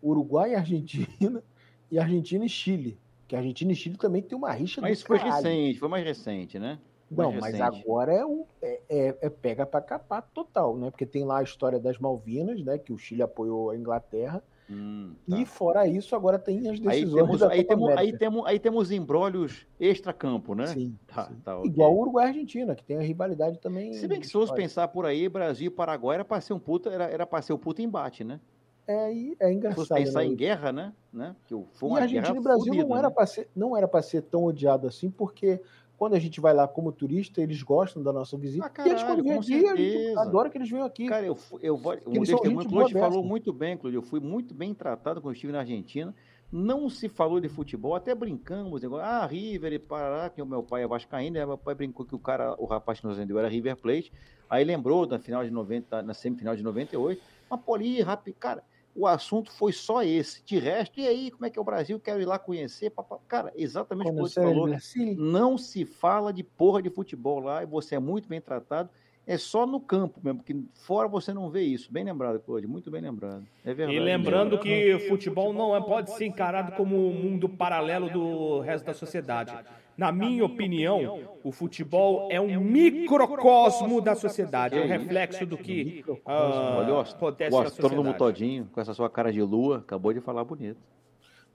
Uruguai e Argentina, e Argentina e Chile. Que Argentina e Chile também tem uma rixa do
Mas isso foi
caralho.
recente, foi mais recente, né?
Não,
mais
mas
recente.
agora é, um, é, é- é pega pra capar total, né? Porque tem lá a história das Malvinas, né? Que o Chile apoiou a Inglaterra.
Hum, tá.
E fora isso, agora tem as
Aí
decisões
temos,
da
aí,
Copa
temos,
tá
aí,
América.
temos, aí temos embrólios extra-campo, né?
Sim,
Tá,
sim.
tá, ok.
Igual o Uruguai e a Argentina, que tem a rivalidade também.
Se bem que se fosse
histórica.
pensar por aí, Brasil e Paraguai era pra ser um puta, era, era pra ser um puta embate, né?
É, e é
Se
engraçado.
fosse pensar
né?
em guerra, né? né? Que foi
E
uma
a Argentina
guerra
e Brasil não
fodida,
era
né?
pra ser, não era para ser tão odiado assim, porque quando a gente vai lá como turista, eles gostam da nossa visita.
Ah,
e eles
caralho,
quando vêm
com
aqui, a gente
certeza.
adora que eles venham aqui.
Cara, eu, fu- eu, vou- um
eles são
testemunho
gente
que hoje
boa
falou
dessa.
muito bem, Cláudio. Eu fui muito bem tratado quando estive na Argentina. Não se falou de futebol, até brincamos. negócio, Ah, River e Pará, que o meu pai é vascaíno. né? Meu pai brincou que o cara, o rapaz que nos vendeu era River Plate. Aí lembrou da final de 90, na semifinal de 98. Mas, pô, ali, rápido, cara, o assunto foi só esse. De resto, e aí, como é que é o Brasil? Quero ir lá conhecer. papá. Cara, exatamente como você falou. né?
assim,
Não se fala de porra de futebol lá e você é muito bem tratado. É só no campo mesmo, porque fora você não vê isso. Bem lembrado, Claudio, muito bem lembrado. É verdade.
E lembrando que futebol não é, pode ser encarado como um mundo paralelo do resto da sociedade. Na minha opinião, o futebol é um microcosmo da sociedade, é um reflexo do que ah,
Olha, o Ast-
acontece
o
na
astrônomo
sociedade.
Todinho, com essa sua cara de lua, acabou de falar bonito.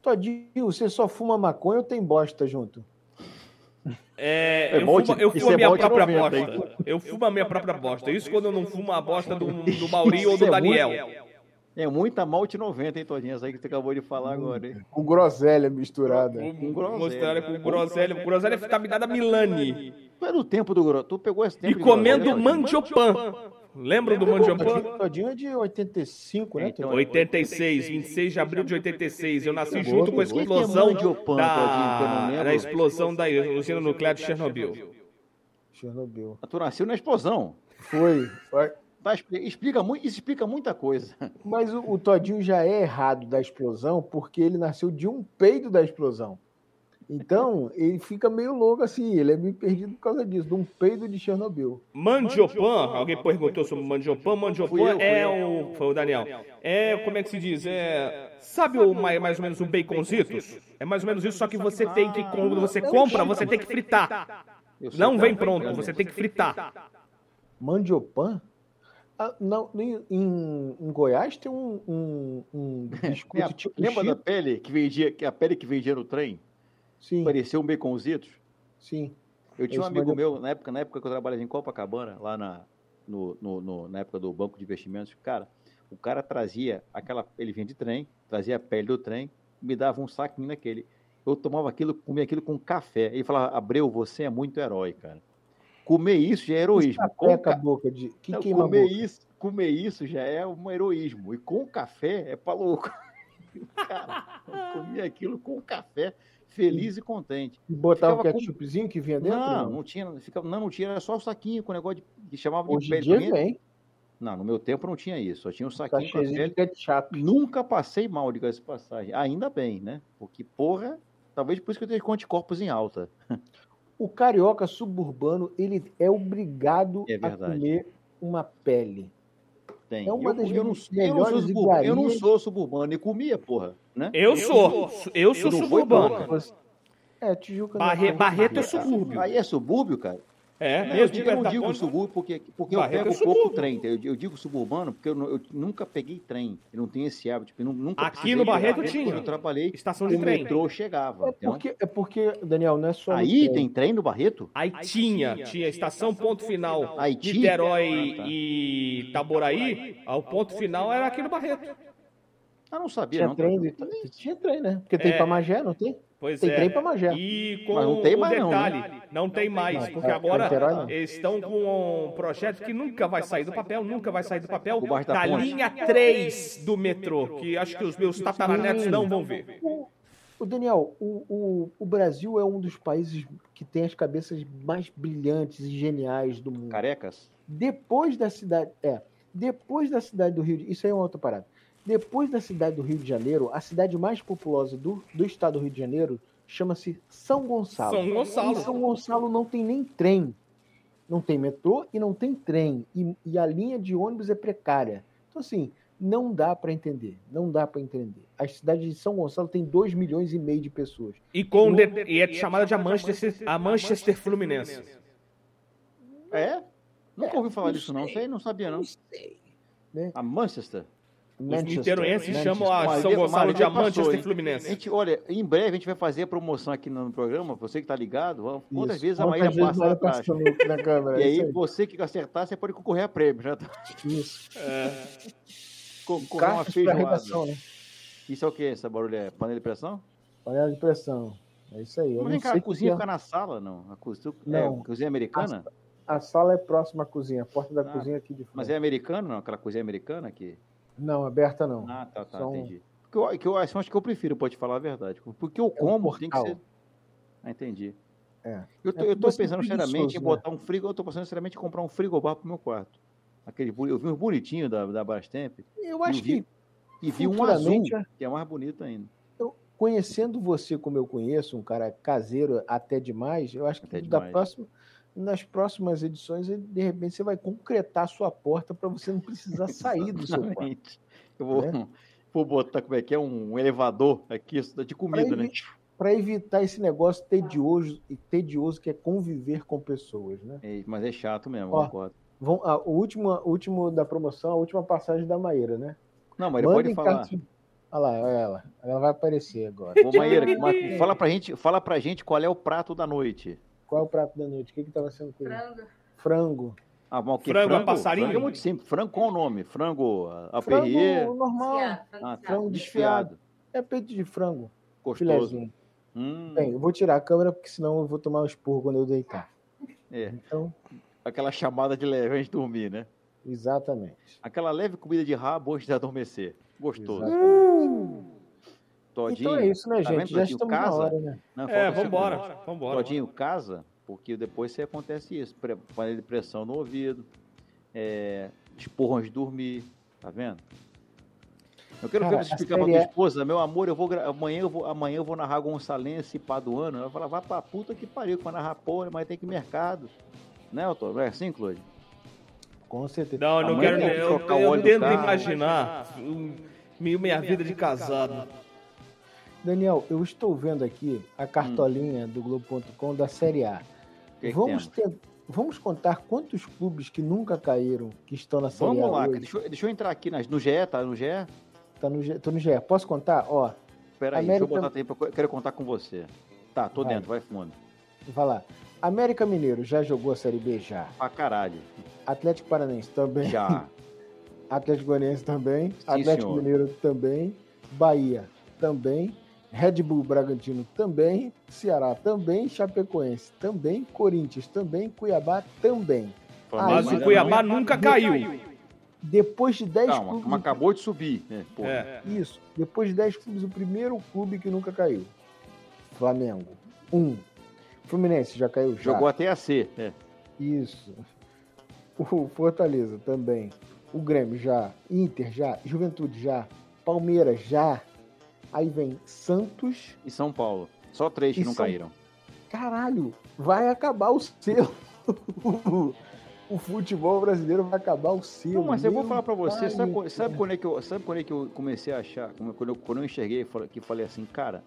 Todinho, você só fuma maconha ou tem bosta junto?
É,
É
eu,
bom
fumo,
de-
eu
isso
fumo a
é
minha
bom de
própria
90, hein?
bosta. Eu fumo a minha própria bosta. Isso quando eu não fumo a bosta do, do Mauri ou
Isso
do
é
Daniel.
É muita malte 90, hein, Todinho? Essa aí que você acabou de falar agora, hein?
Com groselha misturada.
Com
Um groselha.
groselha, com groselha. Com groselha fica me dada Milani.
Tu é do tempo do Grosso. Tu pegou esse
E
tempo de
comendo
groselha, Todinho?
mandiopan. Lembram do
Todinho,
mandiopan?
Todinho é de
É,
85,
então,
né? Todinho?
86, 26 de abril de 86. Eu nasci
Boa,
junto com a
boa.
explosão
Quem que é mandiopan, Todinho, que eu não
da,
lembro?
da explosão da usina nuclear de Chernobyl.
Chernobyl.
Tu nasceu na explosão.
Foi. Foi.
Tá, expli- explica, muito, isso explica muita coisa.
Mas o, o Todinho já é errado da explosão porque ele nasceu de um peido da explosão. Então, ele fica meio louco assim, ele é meio perdido por causa disso, de um peido de Chernobyl.
Mandiopan, alguém perguntou sobre mandiopan.
Fui eu,
Mandiopan
fui
é
eu.
o. Foi o Daniel. É, como é que se diz? É. Sabe o, mai- mais ou menos o baconzitos? É mais ou menos isso, só que você tem que.
Ah,
Quando você compra, você tem que fritar.
Eu sei, tá
Não
cara,
vem pronto,
realmente.
você tem que fritar.
Mandiopan? Ah, não, em, em- em Goiás tem um, um- um
Tem
biscoito
a-
tipo
É, lembra da
Cheetos?
pele que vendia, que a pele que vendia no trem?
Sim,
Parecia um baconzitos?
sim.
Eu tinha um
Esse é
amigo
maneiro.
meu, na época, na época que eu trabalhava em Copacabana, lá na, no, no- no- na época do banco de investimentos, cara, o cara trazia aquela. Ele vinha de trem, trazia a pele do trem, me dava um saquinho daquele. Eu tomava aquilo, comia aquilo com café. Ele falava, Abreu, você é muito herói, cara. Comer isso já é heroísmo. Com
Peca a
ca-
boca de... Que
Não,
queima a
comer,
boca?
isso, comer isso já é um heroísmo. E com café é pra louco. cara, eu comia aquilo com café, feliz e contente.
E botava o
Ficava com-
ketchupzinho que vinha dentro?
Não, não tinha, ficava, não, não tinha, era só o saquinho com o negócio de, que chamava de
Hoje em
pele.
dia
Também-
vem,
Não, no meu tempo não tinha isso, só tinha um saquinho com a
sachêzinho de
pele.
ketchup.
Nunca passei mal, diga essa passagem. Ainda bem, né? Porque, porra, talvez por isso que eu tenho com anticorpos em alta.
O carioca suburbano, ele é obrigado
É
a
verdade.
comer uma pele.
Tem.
É uma
eu,
das
eu não, eu, não
melhores
sou suburbano, eu não
iguarias.
sou suburbano e comia, porra, né?
Eu sou. Eu sou
Eu não vou
suburbano.
Você- É, Tijuca não
Barre-
tem.
Barreto é subúrbio.
Aí é subúrbio, cara?
É,
Não, eu,
mesmo
digo, eu não
perto da
digo
ponte.
subúrbio porque, porque eu
Barreto é
pego pouco
subúrbio.
trem. Eu, eu digo suburbano porque eu, não- eu nunca peguei trem. Eu não tenho esse hábito. tipo, Eu nu- nunca
Aqui
precisei
no
de
Barreto tinha.
Eu trabalhei
Estação de
o
trem.
metrô chegava.
É
então-
porque, é porque, Daniel, não é só. no
Aí
trem.
tem trem no Barreto?
Aí tinha, tinha estação ponto final
Aí tinha?
Niterói
Ah, tá.
e Itaboraí, ah, o ponto final era aqui no Barreto.
Ah, não sabia,
Tinha
não.
trem,
Todinho.
de- tinha trem, né? Porque tem
É.
pra Magé, não tem?
Pois
Tem
é.
trem pra Magé.
E com
Mas não tem
o
mais não,
detalhe,
né? É,
não, tem mais, porque
Ah, Niterói
agora
não.
eles estão com um projeto que nunca vai sair do papel, nunca vai sair do papel,
O bairro da
da
ponte.
linha 3 do metrô, que acho que os meus tataranetos não vão ver.
O, o Daniel, o, o, o Brasil é um dos países que tem as cabeças mais brilhantes e geniais do mundo.
Carecas?
Depois da cidade. É. Depois da cidade do Rio de Isso aí é uma outra parada. Depois da cidade do Rio de Janeiro, a cidade mais populosa do, do estado do Rio de Janeiro chama-se São Gonçalo.
São
Em
Gonçalo.
São Gonçalo não tem nem trem. Não tem metrô e não tem trem. E, e a linha de ônibus é precária. Então, assim, não dá para entender. Não dá para entender. A cidade de São Gonçalo tem 2 milhões e meio de pessoas.
E, com de- e é chamada de a Manchester, a Manchester Fluminense.
É? Nunca ouvi falar disso, não. Sei, não sabia, não.
Né?
A Manchester.
Os
Manchester,
niteroenses
Manchester.
chamam a
Mas
São
ele-
Gonçalo
mas
de a
ele passou,
Manchester
hein? A
Fluminense.
gente, olha, em breve a gente vai fazer a promoção aqui no programa. Você que tá ligado, vamos- quantas
Isso.
vezes a
Quantas
Maíra
vezes
passa
Maíra
lá atrás.
passou no- na câmera?
E
É Isso
aí, você que acertar, você pode concorrer a prêmio. Já tá
Isso.
concorrer a uma
Cartas para redação,
feijoada.
né?
Isso é o que? Essa barulho é panela de pressão?
Panela de pressão. É isso aí. Eu
Mas
não
vem cá,
sei
a cozinha tá-
que é.
fica na sala, não? A cozinha,
Não.
É, cozinha americana?
A sala é próxima à cozinha, a porta da
Ah,
cozinha aqui de frente.
Mas é americana, não? Aquela cozinha americana que...
Não, aberta não.
Ah, tá, tá,
São-
entendi. Porque eu, que eu acho acho que eu prefiro, pode falar a verdade. Porque eu como, tem que
É um portal.
ser. Ah, entendi.
É.
Eu, tô,
É
eu tô
porque você é
pensando seriamente em
preguiçoso, né?
botar um frigo, eu tô pensando seriamente em comprar um frigobar pro meu quarto. Aquele, bu- eu vi uns bonitinhos da, da Brastemp.
Eu acho
Eu vi.
que
E vi um azul,
Futuramente, é.
que é mais bonito ainda.
Conhecendo você como eu conheço, um cara caseiro até demais, eu acho que
Até
da
demais.
próxima- nas próximas edições, de repente, você vai concretar a sua porta para você não precisar sair do seu quarto. É, né?
Exatamente. Eu vou, vou botar, como é que é, um elevador aqui, isso dá de comida, né?
Para evitar esse negócio tedioso e tedioso que é conviver com pessoas, né?
É, mas é chato mesmo,
Ó.
concordo.
Vão, ah, o último, o último da promoção, a última passagem da Maíra, né?
Não, mas
Mandem
pode falar.
cartas- Olha lá, olha ela. Ela vai aparecer agora.
Ô, Maíra, ma- fala pra, gente, fala pra gente qual é o prato da noite.
Qual é o prato da noite? O que estava sendo comido?
Frango.
Frango.
Ah, mas o quê?
Frango é passarinho?
Frango é muito simples. Frango com o nome. Frango ah, a
Frango
perrier.
normal.
Desfiado,
Ah,
frango desfiado.
frango desfiado.
É peito de frango.
Gostoso.
Filézinho.
Hum,
Bem, eu vou tirar a câmera porque senão eu vou tomar um expurgo quando eu deitar.
é.
Então,
Aquela chamada de leve antes de dormir, né?
exatamente.
Aquela leve comida de rabo antes de adormecer. Gostoso.
Exatamente.
Todinho.
Então é isso, né,
Tá
gente?
vendo,
Já
Todinho?
estamos na
Casa?
hora, né?
É,
Não, falta só-
vambora. Vambora.
Todinho, casa, porque depois você acontece isso. Pre- Panela de pressão no ouvido, é, esporro antes de dormir, tá vendo? Eu quero
Cara,
ver você
a
explicar pra
série
tua
é-
esposa, meu amor, eu vou gra- amanhã, eu vou, amanhã eu vou narrar Gonçalense e Paduano. Ela fala, vai pra puta que pariu, que vai narrar porra, mas tem que ir mercado. Né, Otô? Não é assim, Claude?
Com certeza.
Não, eu não
Amanhã
quero.
tem que
Eu,
trocar o
eu
óleo do
tento
carro.
imaginar um- meio minha vida de casado.
Daniel, eu estou vendo aqui a cartolinha do Globo.com da Série A.
O que é que
vamos,
temos?
ten- vamos contar quantos clubes que nunca caíram que estão na Série
Vamos
A
lá, cara.
hoje.
deixa, eu- deixa eu entrar aqui nas, no GE, tá? No GE?
Tá no, G- tô no GE. Posso contar? Ó,
Peraí,
América-
deixa eu botar tempo, eu quero contar com você. Tá, tô
Vai.
dentro, vai fundo.
vai lá. América Mineiro já jogou a Série B já.
Pra caralho.
Atlético Paranense também.
Já.
Atlético Goianiense também. Atlético
senhor.
Mineiro também. Bahia também. Red Bull Bragantino também. Ceará também. Chapecoense também. Corinthians também. Cuiabá também.
Mas
Ainda
o
é
Cuiabá
não.
nunca caiu.
Depois de 10
Calma,
clubes.
mas acabou de subir, né? Pô,
É.
Isso. Depois de 10 clubes, o primeiro clube que nunca caiu. Flamengo. Um. Fluminense já caiu já.
Jogou até a C. É.
Isso. O Fortaleza também. O Grêmio já. Inter já. Juventude já. Palmeiras já. Aí vem Santos.
E São Paulo. Só três que
E
não
São-
caíram.
Caralho, vai acabar o selo. o futebol brasileiro vai acabar o selo.
Não, mas eu vou
Meu
falar pra você,
pai,
sabe, quando- sabe quando é que eu, sabe quando é que eu comecei a achar, como- quando eu, quando eu enxerguei fala- que falei assim, cara,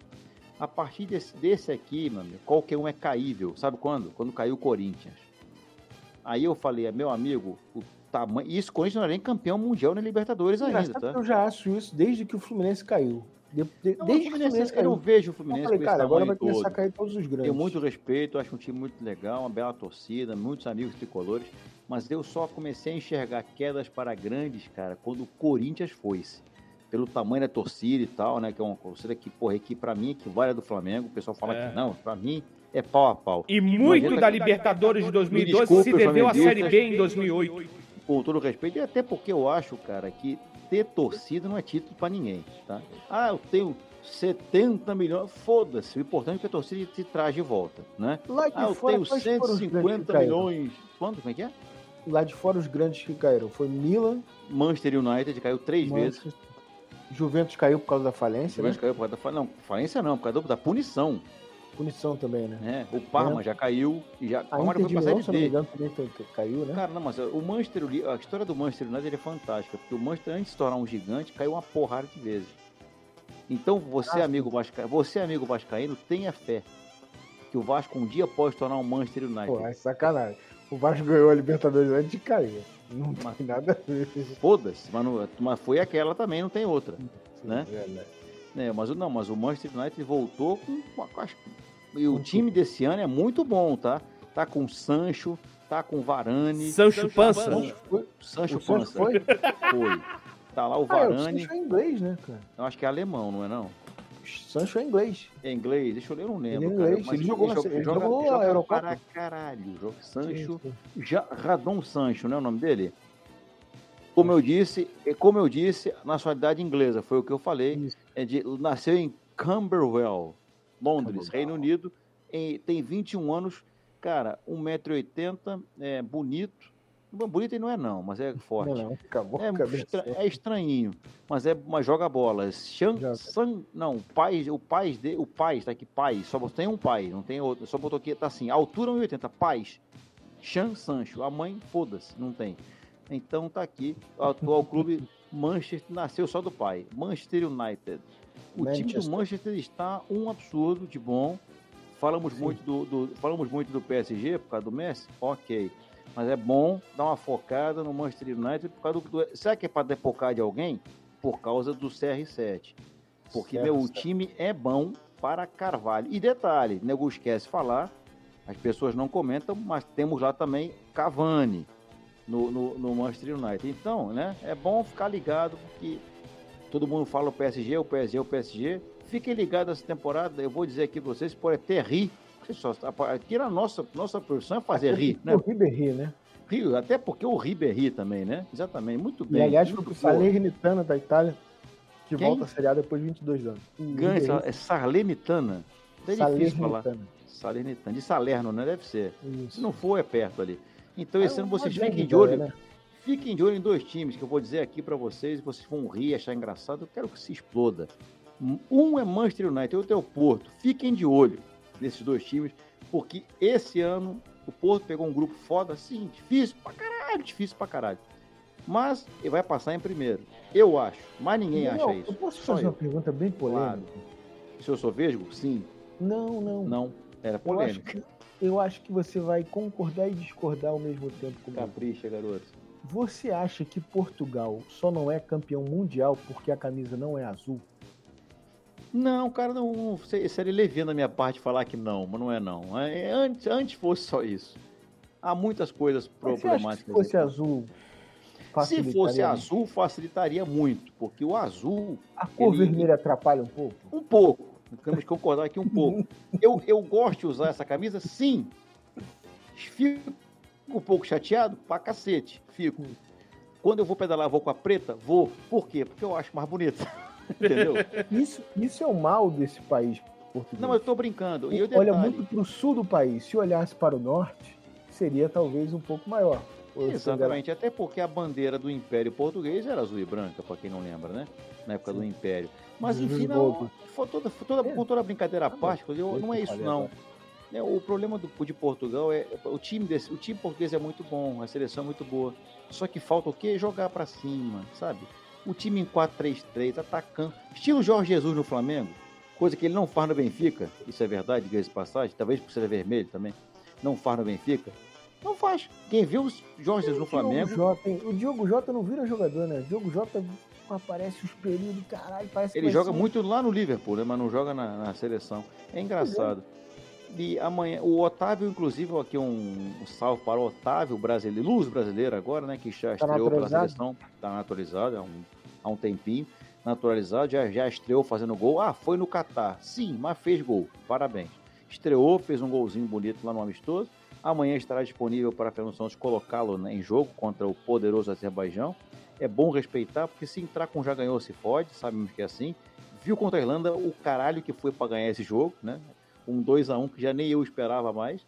a partir desse, desse aqui, meu amigo, qualquer um é caível. Sabe quando? Quando caiu o Corinthians. Aí eu falei, meu amigo, o tamanho. Isso, o Corinthians não era nem campeão mundial nem Libertadores ainda,
Engraçado que
tá?
Eu já acho isso desde que o Fluminense caiu. De- de-
Não,
desde que
o
o Fluminense
Fluminense, eu
caiu.
não vejo o
Eu
Fluminense
falei,
com esse
cara, agora vai
tamanho
começar a
todo.
cair todos os grandes.
Tenho muito respeito, acho um time muito legal, uma bela torcida, muitos amigos tricolores, mas eu só comecei a enxergar quedas para grandes, cara, quando o Corinthians foi pelo tamanho da torcida e tal, né, que é uma torcida que, porra, que pra mim equivale à do Flamengo, o pessoal fala
É.
que não, pra mim é pau a pau.
E muito
Imagina-
da Libertadores tá de 2012
Me
se
desculpe,
deveu à
flamenguistas.
Série B em 2008.
Com todo o respeito, e até porque eu acho, cara, que ter torcida não é título pra ninguém, tá? Ah, eu tenho 70 milhões, foda-se, o importante é que a torcida te traz de volta, né?
Lá de
Ah, eu
fora,
tenho
quais foram os grandes que
150
caíram?
milhões. Quanto? Como é que é?
Lá de fora, os grandes que caíram. Foi Milan,
Manchester United caiu três vezes.
Manchester. Juventus caiu por causa da falência, né?
Juventus caiu por causa da fa- não, falência não, por causa da punição.
Punição também, né?
Né? O Parma já caiu e já.
A
O Parma
Inter
É, foi
de
pra
Milão,
série
se eu não me
D.
engano, também foi- que caiu, né?
Cara, não, mas o Manchester, Uni- a história do Manchester United ele é fantástica, porque o Manchester, antes de se tornar um gigante, caiu uma porrada de vezes. Então, você, amigo Vasca, você, amigo Vascaíno, tenha fé que o Vasco um dia pode se tornar um Manchester United.
Pô, é sacanagem. O Vasco ganhou a Libertadores antes de cair. Não tem nada a ver.
Foda-se, mas, não- mas foi aquela também, não tem outra. Né?
É, né?
né? Mas o- não, mas o Manchester United voltou com, com, a- com as- e o time desse ano é muito bom, tá? Tá com Sancho, tá com Varane,
Sancho Pança.
Sancho foi?
Sancho
O Sancho
Pança.
foi?
Foi. Tá lá o
Ah, é, o
Varane,
Sancho é inglês, né, cara?
eu acho que é alemão, não é não?
O Sancho é inglês.
É inglês, deixa eu ler, eu não lembro.
Ele é
cara,
inglês,
mas
ele jogou na- ele
joga,
jogou
joga
a Eurocopa.
para caralho. Joga Sancho, ja, Radon Sancho, não é o nome dele? Como eu disse, e como eu disse, nacionalidade inglesa, foi o que eu falei.
Isso.
É de, nasceu em Camberwell, Londres, Reino Unido. um e tem 21 anos, cara, 1,80m, é, bonito, Bonito ele não é, não, mas é forte.
Não, não, acabou.
É,
acabou.
estra- é estranhinho, mas é mas joga bola. Xan,
Joga.
San- não, o pai, o pai de, o pai tá aqui, pai, só bot- tem um pai, não tem outro, só botou aqui tá assim, altura 1,80, pais. Chan Sancho, a mãe foda-se, não tem. Então tá aqui, o atual clube Manchester nasceu só do pai, Manchester United. O time
Manchester.
do Manchester está um absurdo de bom. Falamos muito do, do- falamos muito do PSG por causa do Messi, ok. Mas é bom dar uma focada no Manchester United por causa do. do- Será que é para depocar de alguém? Por causa do CR7. Porque, meu, o time é bom para Carvalho. E detalhe, nego esquece de falar, as pessoas não comentam, mas temos lá também Cavani no, no, no Manchester United. Então, né, é bom ficar ligado, porque todo mundo fala o PSG, o PSG, o PSG. Fiquem ligados essa temporada, eu vou dizer aqui pra vocês, pode até rir. Vocês só- Aqui na nossa, nossa profissão é fazer rir, né?
O Ribéry, né?
Rio, até porque o Ribéry também, né? Exatamente, muito
E
bem.
aliás, foi
muito
pro
boa.
Salernitana da Itália, que
Quem?
volta a Série A depois de 22 anos.
Ganha, é Salernitana. É difícil falar.
Salernitana.
Salernitana. De Salerno, né? Deve ser. Se
Isso.
não for, é perto ali. Então, esse ano
Uma
vocês
grande
fiquem de
ideia,
olho.
né?
Fiquem de olho em dois times que eu vou dizer aqui pra vocês, vocês vão rir, achar engraçado, eu quero que se exploda. Um é Manchester United, outro é o Porto. Fiquem de olho nesses dois times, porque esse ano o Porto pegou um grupo foda, assim, difícil pra caralho, difícil pra caralho. Mas ele vai passar em primeiro, eu acho. Mas ninguém
Não,
acha
Eu
isso.
posso
Só
fazer uma
eu.
pergunta bem polêmica?
Se eu sou vesgo, sim,
Não, não.
não. Era
Eu acho,
polêmica.
que, eu acho que você vai concordar e discordar ao mesmo tempo comigo.
Capricha, garoto.
Você acha que Portugal só não é campeão mundial porque a camisa não é azul?
Não, cara, não, não se- seria leviano da minha parte falar que não, mas não é não. É, é, antes, antes fosse só isso. Há muitas coisas
Mas você acha que se
problemáticas.
fosse
aí.
azul,
tá- se
facilitaria
fosse
muito?
azul, facilitaria muito, porque o azul,
a cor
ele-
vermelha atrapalha um pouco?
um pouco, temos que concordar aqui um pouco. Eu, eu gosto de usar essa camisa, sim. Fico um pouco chateado? Pra cacete, fico.
Hum.
Quando eu vou pedalar, vou com a preta? Vou. Por quê? Porque eu acho mais bonita. Entendeu?
Isso, isso é o mal desse país português.
Não, mas eu tô brincando. E o
olha
detalhe-
muito para o sul do país. Se olhasse para o norte, seria talvez um pouco maior. Ou se
Exatamente, até porque a bandeira do Império Português era azul e branca, para quem não lembra, né? Na época do Império. Mas
Dos
enfim, não,
Lobos.
foi toda, foi toda, com toda a brincadeira à parte, eu,
eu
não é
que
isso
falei
não.
agora.
Né, O problema do, de Portugal é o time desse, o time português é muito bom, a seleção é muito boa. Só que falta o quê? Jogar para cima, sabe? O time em 4-3-3, atacando. Estilo Jorge Jesus no Flamengo, coisa que ele não faz no Benfica, isso é verdade, diga-se de passagem, talvez por ser vermelho também, não faz no Benfica. Não faz. Quem viu os Jorge Jesus no
Diogo
Flamengo,
Jota, hein? o Diogo Jota não vira jogador, né? O Diogo Jota aparece os períodos, caralho, parece que
ele
vai
joga
ser um-
muito lá no Liverpool, né? mas não joga na, na seleção. É engraçado. E amanhã, o Otávio, inclusive, aqui um, um salve para o Otávio, brasileiro, luz brasileira agora, né? Que já
Tá
estreou pela
naturalizado?
seleção, está naturalizado há um, há um tempinho. Naturalizado, já, já estreou fazendo gol. Ah, foi no Catar. Sim, mas fez gol. Parabéns. Estreou, fez um golzinho bonito lá no Amistoso. Amanhã estará disponível para Fernando Santos colocá-lo né, em jogo contra o poderoso Azerbaijão. É bom respeitar, porque se entrar com já ganhou, se fode, sabemos que é assim. Viu contra a Irlanda o caralho que foi para ganhar esse jogo, né? Um 2 a 1 que já nem eu esperava mais.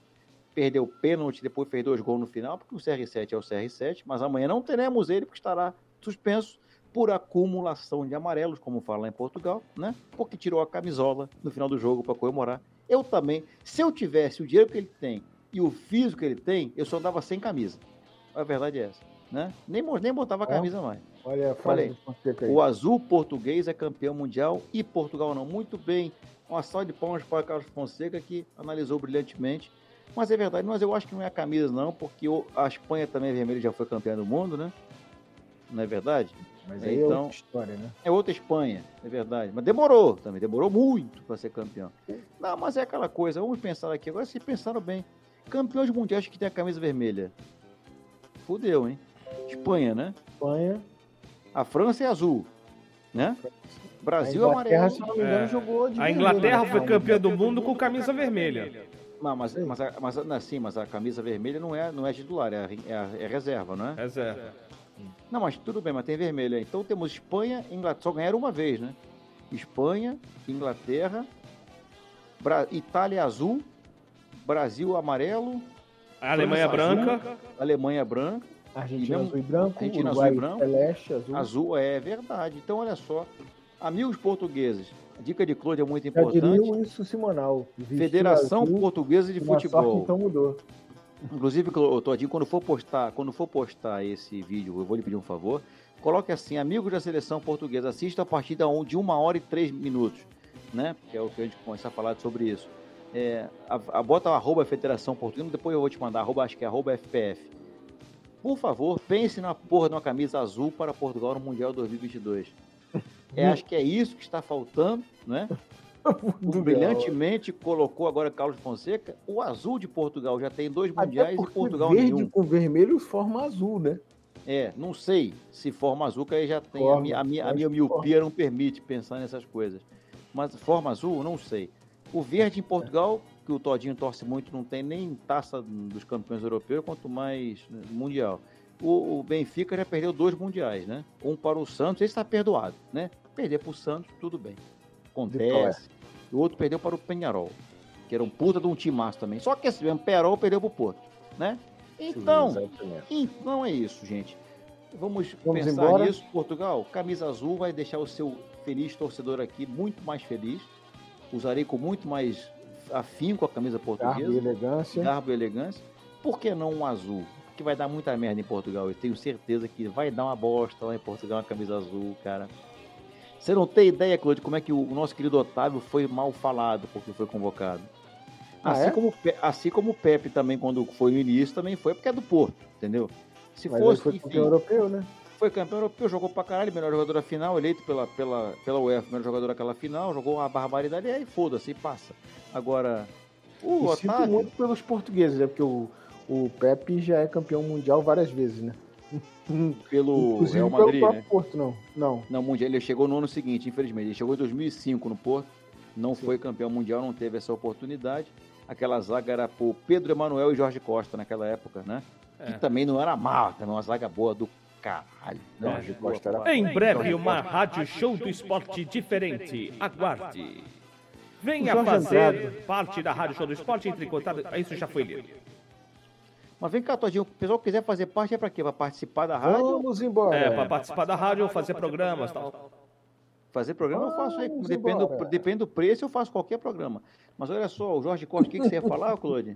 Perdeu o pênalti, depois fez dois gols no final, porque o CR7 é o CR7, mas amanhã não teremos ele, porque estará suspenso por acumulação de amarelos, como fala lá em Portugal, né? Porque tirou a camisola no final do jogo para comemorar. Eu também, se eu tivesse o dinheiro que ele tem e o físico que ele tem, eu só andava sem camisa. A verdade é essa, né? Nem, mo- nem botava a
Ó.
camisa mais.
Olha a
Olha
frase
aí.
do Fonseca aí.
O azul português é campeão mundial e Portugal não. Muito bem. Uma salva de palmas para Carlos Fonseca que analisou brilhantemente. Mas é verdade, mas eu acho que não é a camisa, não, porque o- a Espanha também é vermelha e já foi campeã do mundo, né? Não é verdade?
Mas aí é
então-
outra história, né?
É outra Espanha, é verdade. Mas demorou também, demorou muito para ser campeão. Não, mas é aquela coisa, vamos pensar aqui. Agora se pensaram bem. Campeões mundiais que tem a camisa vermelha. Fudeu, hein? Espanha, né?
Espanha,
A França é azul, né? Brasil é
a Inglaterra,
amarelo.
se não me engano,
É.
jogou de
A
vermelho,
Inglaterra
né?
foi campeã do mundo com camisa vermelha.
Não, mas, mas, a- mas, a- não, sim, mas a camisa vermelha não é, não é titular, é, a- é, a- é reserva, não é?
É zero.
Não, mas tudo bem, mas tem vermelha. Então temos Espanha, Inglaterra. Só ganharam uma vez, né? Espanha, Inglaterra, Bra- Itália azul, Brasil amarelo,
A Alemanha
França
branca.
Alemanha branca.
Argentina
E mesmo-
azul e branco,
Argentina azul e
Uruguai
branco.
celeste, azul.
Azul é verdade. Então, olha só. Amigos portugueses, a dica de Claude é muito
Já diria
importante.
o isso Simonal. vestir
Federação
azul,
Portuguesa de
uma Sorte,
Futebol.
então mudou.
Inclusive, Clo- Todinho, quando for postar, quando for postar esse vídeo, eu vou lhe pedir um favor. Coloque assim, amigos da seleção portuguesa, assista a partida um- de uma hora e três minutos, né? Que é o que a gente começa a falar sobre isso. É, a, a- bota o arroba Federação Portuguesa, depois eu vou te mandar, arroba, acho que é arroba FPF. Por favor, pense na porra de uma camisa azul para Portugal no Mundial 2022. É, acho que é isso que está faltando, né?
Mundial.
brilhantemente colocou agora Carlos Fonseca. O azul de Portugal já tem dois mundiais
Até
e
porque
Portugal
verde
nenhum.
com vermelho forma azul, né?
É, não sei se forma azul, que aí já tem.
Forma,
a minha, a minha, a
acho
minha
que
miopia não permite pensar nessas coisas. Mas forma azul, não sei. O verde em
É.
Portugal, que o Todinho torce muito, não tem nem taça dos campeões europeus, quanto mais né, mundial. O, o Benfica já perdeu dois mundiais, né? Um para o Santos, esse está perdoado, né? Perder para o Santos, tudo bem. Acontece. O outro perdeu para o Penharol, que era um puta de um timaço também. Só que esse mesmo Penharol perdeu para o Porto, né? Então,
Exatamente.
então é isso, gente. Vamos,
Vamos
pensar
embora?
nisso. Portugal, camisa azul vai deixar o seu feliz torcedor aqui muito mais feliz. Usarei com muito mais afinco a camisa
Garbo e
portuguesa,
elegância.
garbo e elegância. Por que não um azul? Que vai dar muita merda em Portugal. Eu tenho certeza que vai dar uma bosta lá em Portugal uma camisa azul, cara. Você não tem ideia, Claude, como é que o nosso querido Otávio foi mal falado porque foi convocado.
Ah,
Assim,
é?
como, o Pe- assim como o Pepe também, quando foi no início, também foi porque é do Porto, entendeu? Se
Mas ele
fosse,
foi
enfim,
campeão europeu, né?
foi campeão europeu, jogou pra caralho, melhor jogador da final, eleito pela, pela, pela UEFA, melhor jogador daquela final, jogou uma barbaridade, e aí foda-se, e passa. Agora, o
Eu sinto
Otávio...
muito pelos portugueses, né? Porque o, o Pepe já é campeão mundial várias vezes, né?
pelo
Inclusive
Real Madrid,
pelo
né?
próprio Porto, não. Não.
Não, mundial, ele chegou no ano seguinte, infelizmente. Ele chegou em 2005 no Porto, não
Sim.
foi campeão mundial, não teve essa oportunidade. Aquela zaga era por Pedro Emanuel e Jorge Costa naquela época, né?
É.
Que também não era má, também uma zaga boa do caralho. Não,
Jorge
Costa era
Em breve, uma rádio show do esporte diferente. Aguarde. Venha
Jorge
fazer
Andrade.
parte da rádio show do esporte entre em contato. Ah, Isso já foi lido.
Mas vem cá, Todinho, o pessoal que quiser fazer parte é pra quê? Pra participar da rádio?
Vamos embora.
É, para participar da rádio, fazer programas tal.
Fazer programa eu faço aí.
Vamos
Depende do,
embora.
depende do preço, eu faço qualquer programa. Mas olha só, o Jorge Costa, o que, que você ia falar, Claude?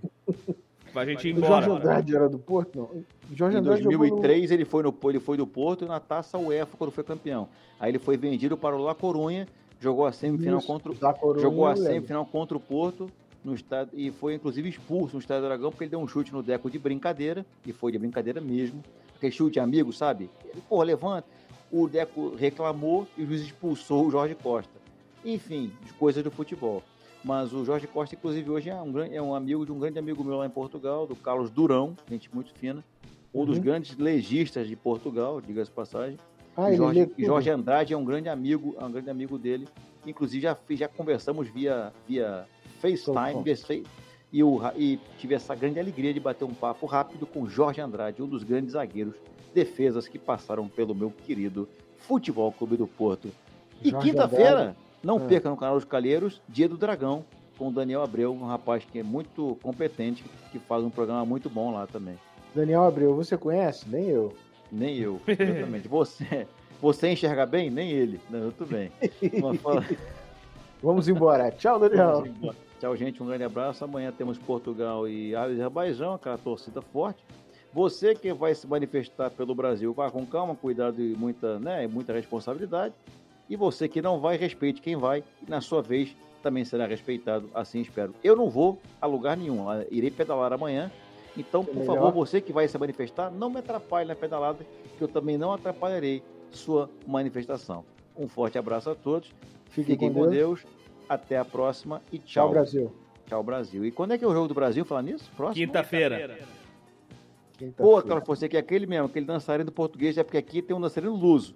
Pra gente ir
O Jorge
embora.
Andrade era do Porto, não. O Jorge
Em
Andrade jogou no-
2003 ele foi, no, ele foi do Porto na taça UEFA quando foi campeão. Aí ele foi vendido para o La Corunha, jogou a semifinal
Isso,
contra o-
da né, Coruña,
jogou a
eu lembro.
semifinal contra o Porto no estádio e foi inclusive expulso no estádio do Dragão porque ele deu um chute no Deco de brincadeira e foi de brincadeira mesmo. Aquele chute de amigo, sabe? Ele, Pô, levanta. O Deco reclamou e o juiz expulsou o Jorge Costa. Enfim, coisas do futebol. Mas o Jorge Costa, inclusive, hoje é um, gran- é um amigo de um grande amigo meu lá em Portugal, do Carlos Durão, gente muito fina, um dos
Uhum.
grandes legistas de Portugal, diga-se de passagem.
Ah,
E
ele lê
Jorge,
tudo.
e Jorge Andrade é um grande amigo, é um grande amigo dele. Inclusive já fiz- já conversamos via via FaceTime,
Telefone.
via Face- e, o ra- e tive essa grande alegria de bater um papo rápido com Jorge Andrade, um dos grandes zagueiros defesas que passaram pelo meu querido Futebol Clube do Porto. E
Jorge
quinta-feira,
Andrade.
não
Ah.
perca no canal dos Calheiros, Dia do Dragão, com o Daniel Abreu, um rapaz que é muito competente, que faz um programa muito bom lá também.
Daniel Abreu, você conhece? Nem eu.
Nem eu, exatamente. Você, você enxerga bem? Nem ele. Não, eu tô bem. Mas fala-
Vamos embora. Tchau, Daniel.
vamos embora. Tchau, gente. Um grande abraço. Amanhã temos Portugal e Azerbaijão, aquela torcida forte. Você que vai se manifestar pelo Brasil, vá com calma, cuidado e muita, né, e muita responsabilidade. E você que não vai, respeite quem vai. E na sua vez, também será respeitado, assim espero. Eu não vou a lugar nenhum. Ah, Irei pedalar amanhã. Então, por
Melhor.
favor, você que vai se manifestar, não me atrapalhe na pedalada, que eu também não atrapalharei sua manifestação. Um forte abraço a todos.
Fiquem
Fiquem
com
com Deus. Até a próxima e
Tchau,
tchau.
Brasil.
Tchau, Brasil. E quando é que é o jogo do Brasil? Falar nisso? Próximo?
Quinta-feira.
tá
Pô, Carlos Fonseca, é aquele mesmo, aquele dançarino português, é porque aqui tem um dançarino luso.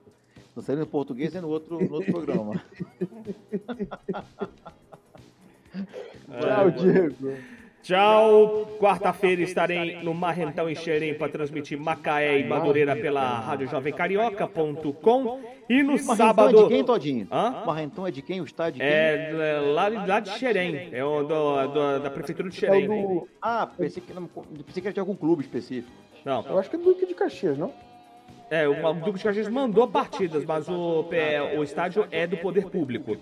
Dançarino português é no outro, no outro programa.
Tchau,
né?
Diego.
Tchau. Quarta-feira estarei no Marrentão em Xerém para transmitir Macaé e Madureira pela Rádio Jovem Carioca.com. E no
Marrentão é de
sábado.
quem, Todinho?
Hã?
Marrentão é de quem? O estádio de quem?
É, lá, lá de Xerém. É o do- do- da Prefeitura de
É
Xerém.
o do...
Ah, pensei que, não- pensei que era de algum clube específico.
Não.
Eu acho que é do Duque de Caxias, não?
É, o Duque de Caxias mandou partidas, mas o, é, o estádio é do poder público.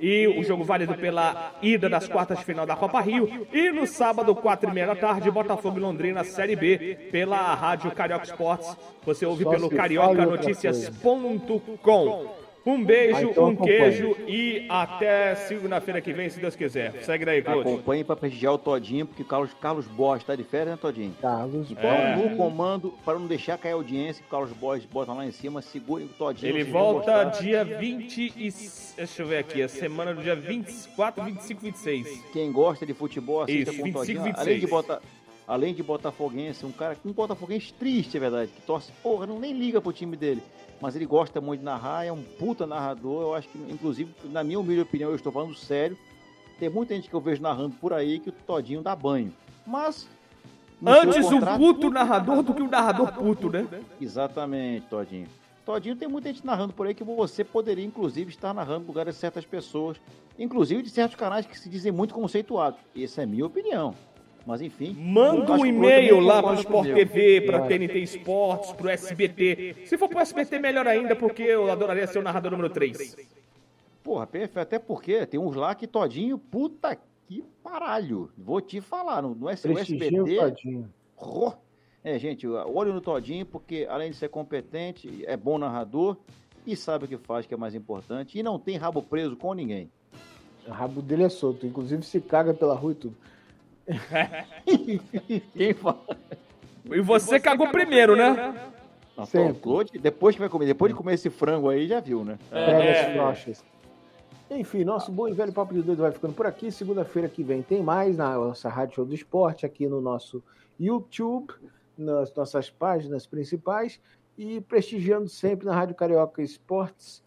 E o jogo válido pela ida das quartas de final da Copa Rio. E no sábado, quatro e meia da tarde, Botafogo e Londrina, Série B, pela rádio Carioca Sports. Você ouve
Só
pelo
se fala em outra
cariocanoticias.com. Um
Ah,
beijo,
então
um
acompanha.
queijo e até segunda-feira que vem, se Deus quiser. Segue daí, Coach.
Acompanhe pra prestigiar o Todinho, porque o Carlos, Carlos Borges tá de férias, né, Todinho?
Carlos
É.
Borges.
No comando, para não deixar cair a audiência, que o Carlos Borges bota lá em cima, segure o Todinho.
Ele
vocês vão
volta
gostar.
dia 20 e... Deixa eu ver aqui, a semana do dia 24, 25, 26.
Quem gosta de futebol, assista
Isso,
com o
25,
Todinho.
26.
Além de bota- Além de botafoguense, um cara, um botafoguense triste, é verdade, que torce, porra, não nem liga pro time dele, mas ele gosta muito de narrar, é um puta narrador, eu acho que, inclusive, na minha humilde opinião, eu estou falando sério, tem muita gente que eu vejo narrando por aí que o Todinho dá banho, mas... no seu
Antes o
contrato-
puto narrador do que o narrador puto, né?
Exatamente, Todinho. Todinho, tem muita gente narrando por aí que você poderia, inclusive, estar narrando no lugar de certas pessoas, inclusive de certos canais que se dizem muito conceituados. Essa é a minha opinião. Mas, enfim.
Manda
acho
um
que o
e-mail
Bruno
lá pro
concorda
Sport
comigo.
TV, pra TNT Esportes, pro SBT. Se for pro SBT, melhor ainda, porque eu adoraria ser o narrador número 3.
Porra, perfeito. Até porque tem uns lá que Todinho, puta que paralho. Vou te falar, no, no S- o
Prestigia o
SBT.
Todinho.
Rô. É, gente, olho no Todinho, porque além de ser competente, é bom narrador e sabe o que faz, que é mais importante, e não tem rabo preso com ninguém.
O rabo dele é solto. Inclusive se caga pela rua e tudo.
Quem fala?
E você cagou primeiro, né?
Não,
Sempre. É.
o Claude, depois que vai comer, depois de comer esse frango aí, já viu, né?
É,
Pregas frouxas. Enfim, nosso bom e velho Papo de Doido vai ficando por aqui. Segunda-feira que vem tem mais na nossa Rádio Show do Esporte, aqui no nosso YouTube, nas nossas páginas principais e prestigiando sempre na Rádio Carioca Esportes.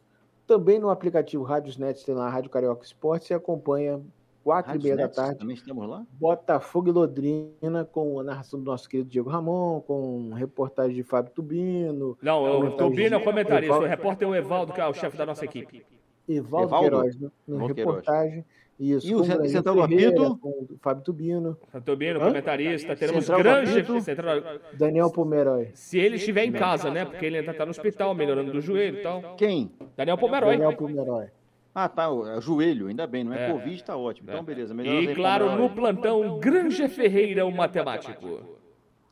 Também no aplicativo Rádios Net, tem lá a Rádio Carioca Esportes e acompanha quatro e
Rádio
meia da
Nets,
tarde
Também estamos lá.
Botafogo e Londrina com a narração do nosso querido Diego Ramon, com reportagem de Fábio Tubino,
Não, o Tobino é o comentarista,
Evaldo.
o repórter é o Evaldo, que é o chefe da nossa equipe.
Evaldo,
Evaldo?
Queiroz, né? na
Evaldo Queiroz.
reportagem. Isso,
E o
com
Zé-
Brasil
Central do
Ferreira,
Apito?
com o Fábio Tubino,
O Tobino, comentarista, teremos
Central
grande...
Gavito.
Central-
Daniel Pomeroy.
Se ele estiver em casa, né? Porque ele ainda tá no hospital, melhorando do joelho e tal. é um
Quem?
Daniel Pomeroy.
Daniel Pomeroy.
Ah, tá, o- é o joelho, ainda bem, não é,
É.
Covid, tá ótimo. Então, beleza. melhoras aí
E
pra
claro,
nós.
no plantão, Granger Ferreira, o matemático.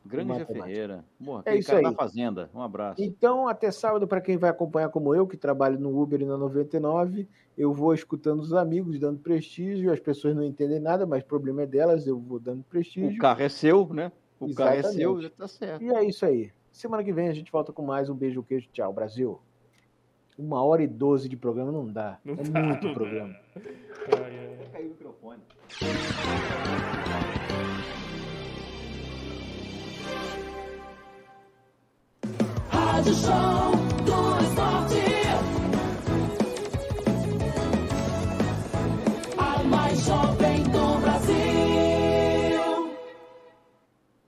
Grande Zé
Matemática.
Ferreira. Morra,
É
aquele
isso
cara
aí.
da Fazenda. Um abraço.
Então, até sábado, para quem vai acompanhar como eu, que trabalho no Uber e na 99, eu vou escutando os amigos, dando prestígio. As pessoas não entendem nada, mas o problema é delas, eu vou dando
O
prestígio.
carro é seu, né? O carro é
Exatamente.
seu, já tá certo.
E é isso aí. Semana que vem a gente volta com mais um beijo, queijo, tchau, Brasil. Uma hora e doze de programa não dá.
Não
é
dá,
muito
não
programa.
Caiu o microfone.
Rádio Show.